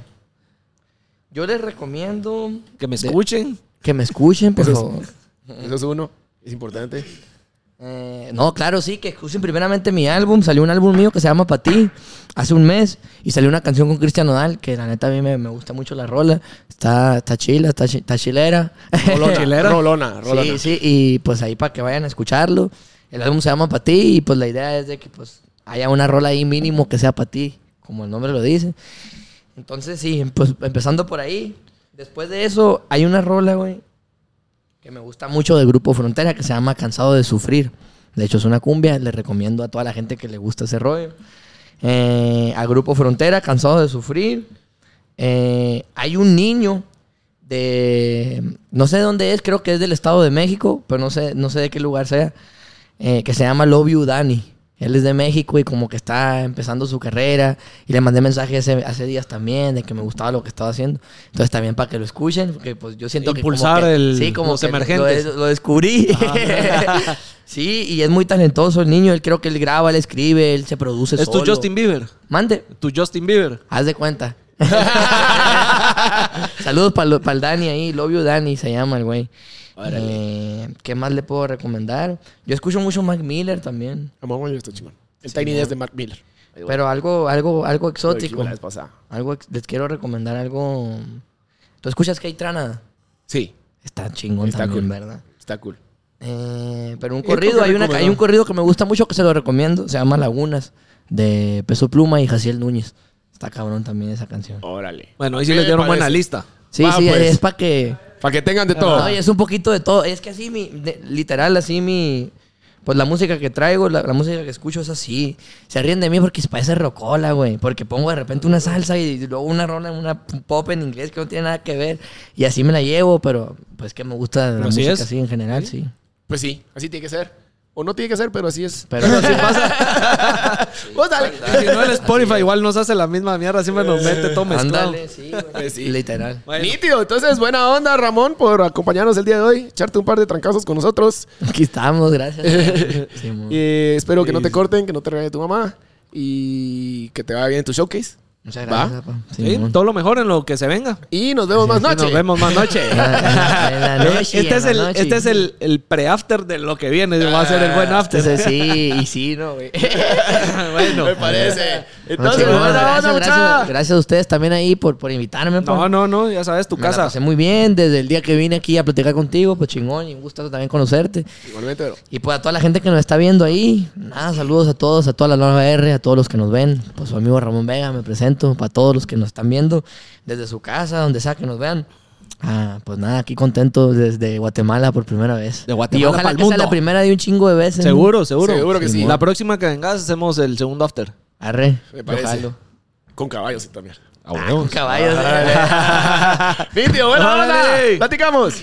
Yo les recomiendo Que me escuchen. Pues, que me escuchen, por favor. Eso es uno. Es importante. Eh, no, claro, sí, que escuchen primeramente mi álbum. Salió un álbum mío que se llama Pa' ti hace un mes y salió una canción con Cristian Nodal que la neta a mí me, me gusta mucho la rola. Está, está chila, está, chi- está chilera. Rolona. Rolona. Rolona. Sí, sí, y pues ahí para que vayan a escucharlo. El álbum se llama Pa' ti y pues la idea es de que pues haya una rola ahí mínimo que sea para ti, como el nombre lo dice. Entonces sí, pues empezando por ahí. Después de eso hay una rola, güey, que me gusta mucho del grupo Frontera que se llama Cansado de Sufrir. De hecho es una cumbia, le recomiendo a toda la gente que le gusta ese rollo. Eh, a Grupo Frontera, Cansado de Sufrir. Eh, hay un niño de. No sé dónde es, creo que es del Estado de México, pero no sé, no sé de qué lugar sea. eh, que se llama Love You Danny. Él es de México y como que está empezando su carrera. Y le mandé mensaje hace, hace días también de que me gustaba lo que estaba haciendo. Entonces también para que lo escuchen, porque pues yo siento Impulsar que... como que- el- Sí, como los que lo- emergentes. Lo, lo descubrí. sí, y es muy talentoso el niño. Él creo que él graba, él escribe, él se produce Es tu solo. Justin Bieber. Mande. Tu Justin Bieber. Haz de cuenta. Saludos para el Dani ahí. Love you, Dani, se llama el güey. Eh, ¿Qué más le puedo recomendar? Yo escucho mucho Mac Miller también. Amor, bueno, está chingón. El Tiny Desk de Mark Miller. Pero algo, algo, algo Lo dijimos exótico. la vez pasada. Algo ex- les quiero recomendar algo. ¿Tú escuchas Kate Trana? Sí, Está chingón Está también, cool. ¿verdad? está cool. Eh, pero un por qué corrido, hay, una, recomendó? hay un corrido que me gusta mucho que se lo recomiendo. Se llama Lagunas, de Peso Pluma y Jaciel Núñez. Está cabrón también esa canción. Órale. Bueno, ahí sí ¿Qué les le dieron buena parece? lista. Sí, Va, sí, pues. es para que Para que tengan de todo. No, y es un poquito de todo. Es que así mi, de- literal, así mi. Pues la música que traigo, la, la música que escucho es así. Se ríen de mí porque parece rocola, güey. Porque pongo de repente una salsa y luego una rola, una pop en inglés que no tiene nada que ver. Y así me la llevo, pero pues que me gusta la Pero así música es. así en general, sí. Pues sí, así tiene que ser. O no tiene que ser, pero así es. Pero no, sí pasa. Vos dale. Si no el Spotify igual nos hace la misma mierda, siempre nos mete todo mezclado. Ándale, sí, güey. Pues sí. Literal. Bueno. Nítido, entonces buena onda Ramón por acompañarnos el día de hoy, echarte un par de trancazos con nosotros. Aquí estamos, gracias. Sí, mo. Eh, espero que no te corten, que no te regañe tu mamá y que te vaya bien en tu showcase. Muchas ¿Va? gracias, papá. Sí, Sí, mo. todo lo mejor en lo que se venga. Y nos vemos más Y noche. Nos vemos más noche. En la- en la noche, este, es en el, la noche. este es el, el pre-after de lo que viene. Va a ser el buen after. Entonces sí, y sí, no, güey. bueno. Me parece. Entonces, Chingón, buena onda, gracias, gracias, muchachos. gracias a ustedes también ahí por, por invitarme. pues. No, no, no, ya sabes, tu Me la casa. pasé muy bien desde el día que vine aquí a platicar contigo, pues chingón, y un gustazo también conocerte. Igualmente, bro. Y pues a toda la gente que nos está viendo ahí, nada, saludos a todos, a toda la nueva R, a todos los que nos ven. Pues su amigo Ramón Vega, me presento, para todos los que nos están viendo desde su casa, donde sea que nos vean. Ah, pues nada, aquí contento desde Guatemala por primera vez. De Guatemala y ojalá pa'l que sea mundo. la primera de un chingo de veces. ¿no? Pues, Seguro, seguro. Seguro que sí. La próxima que vengas hacemos el segundo after. Arre. Me parece. Ojalá. Con caballos y también. A huevos. Caballos. eh. Vídeo, bueno, Órale. hola. Platicamos.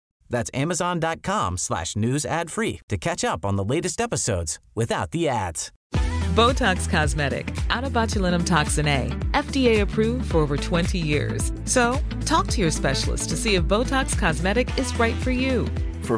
That's amazon.com slash news ad free to catch up on the latest episodes without the ads. Botox Cosmetic, out of botulinum toxin A, FDA approved for over 20 years. So, talk to your specialist to see if Botox Cosmetic is right for you. For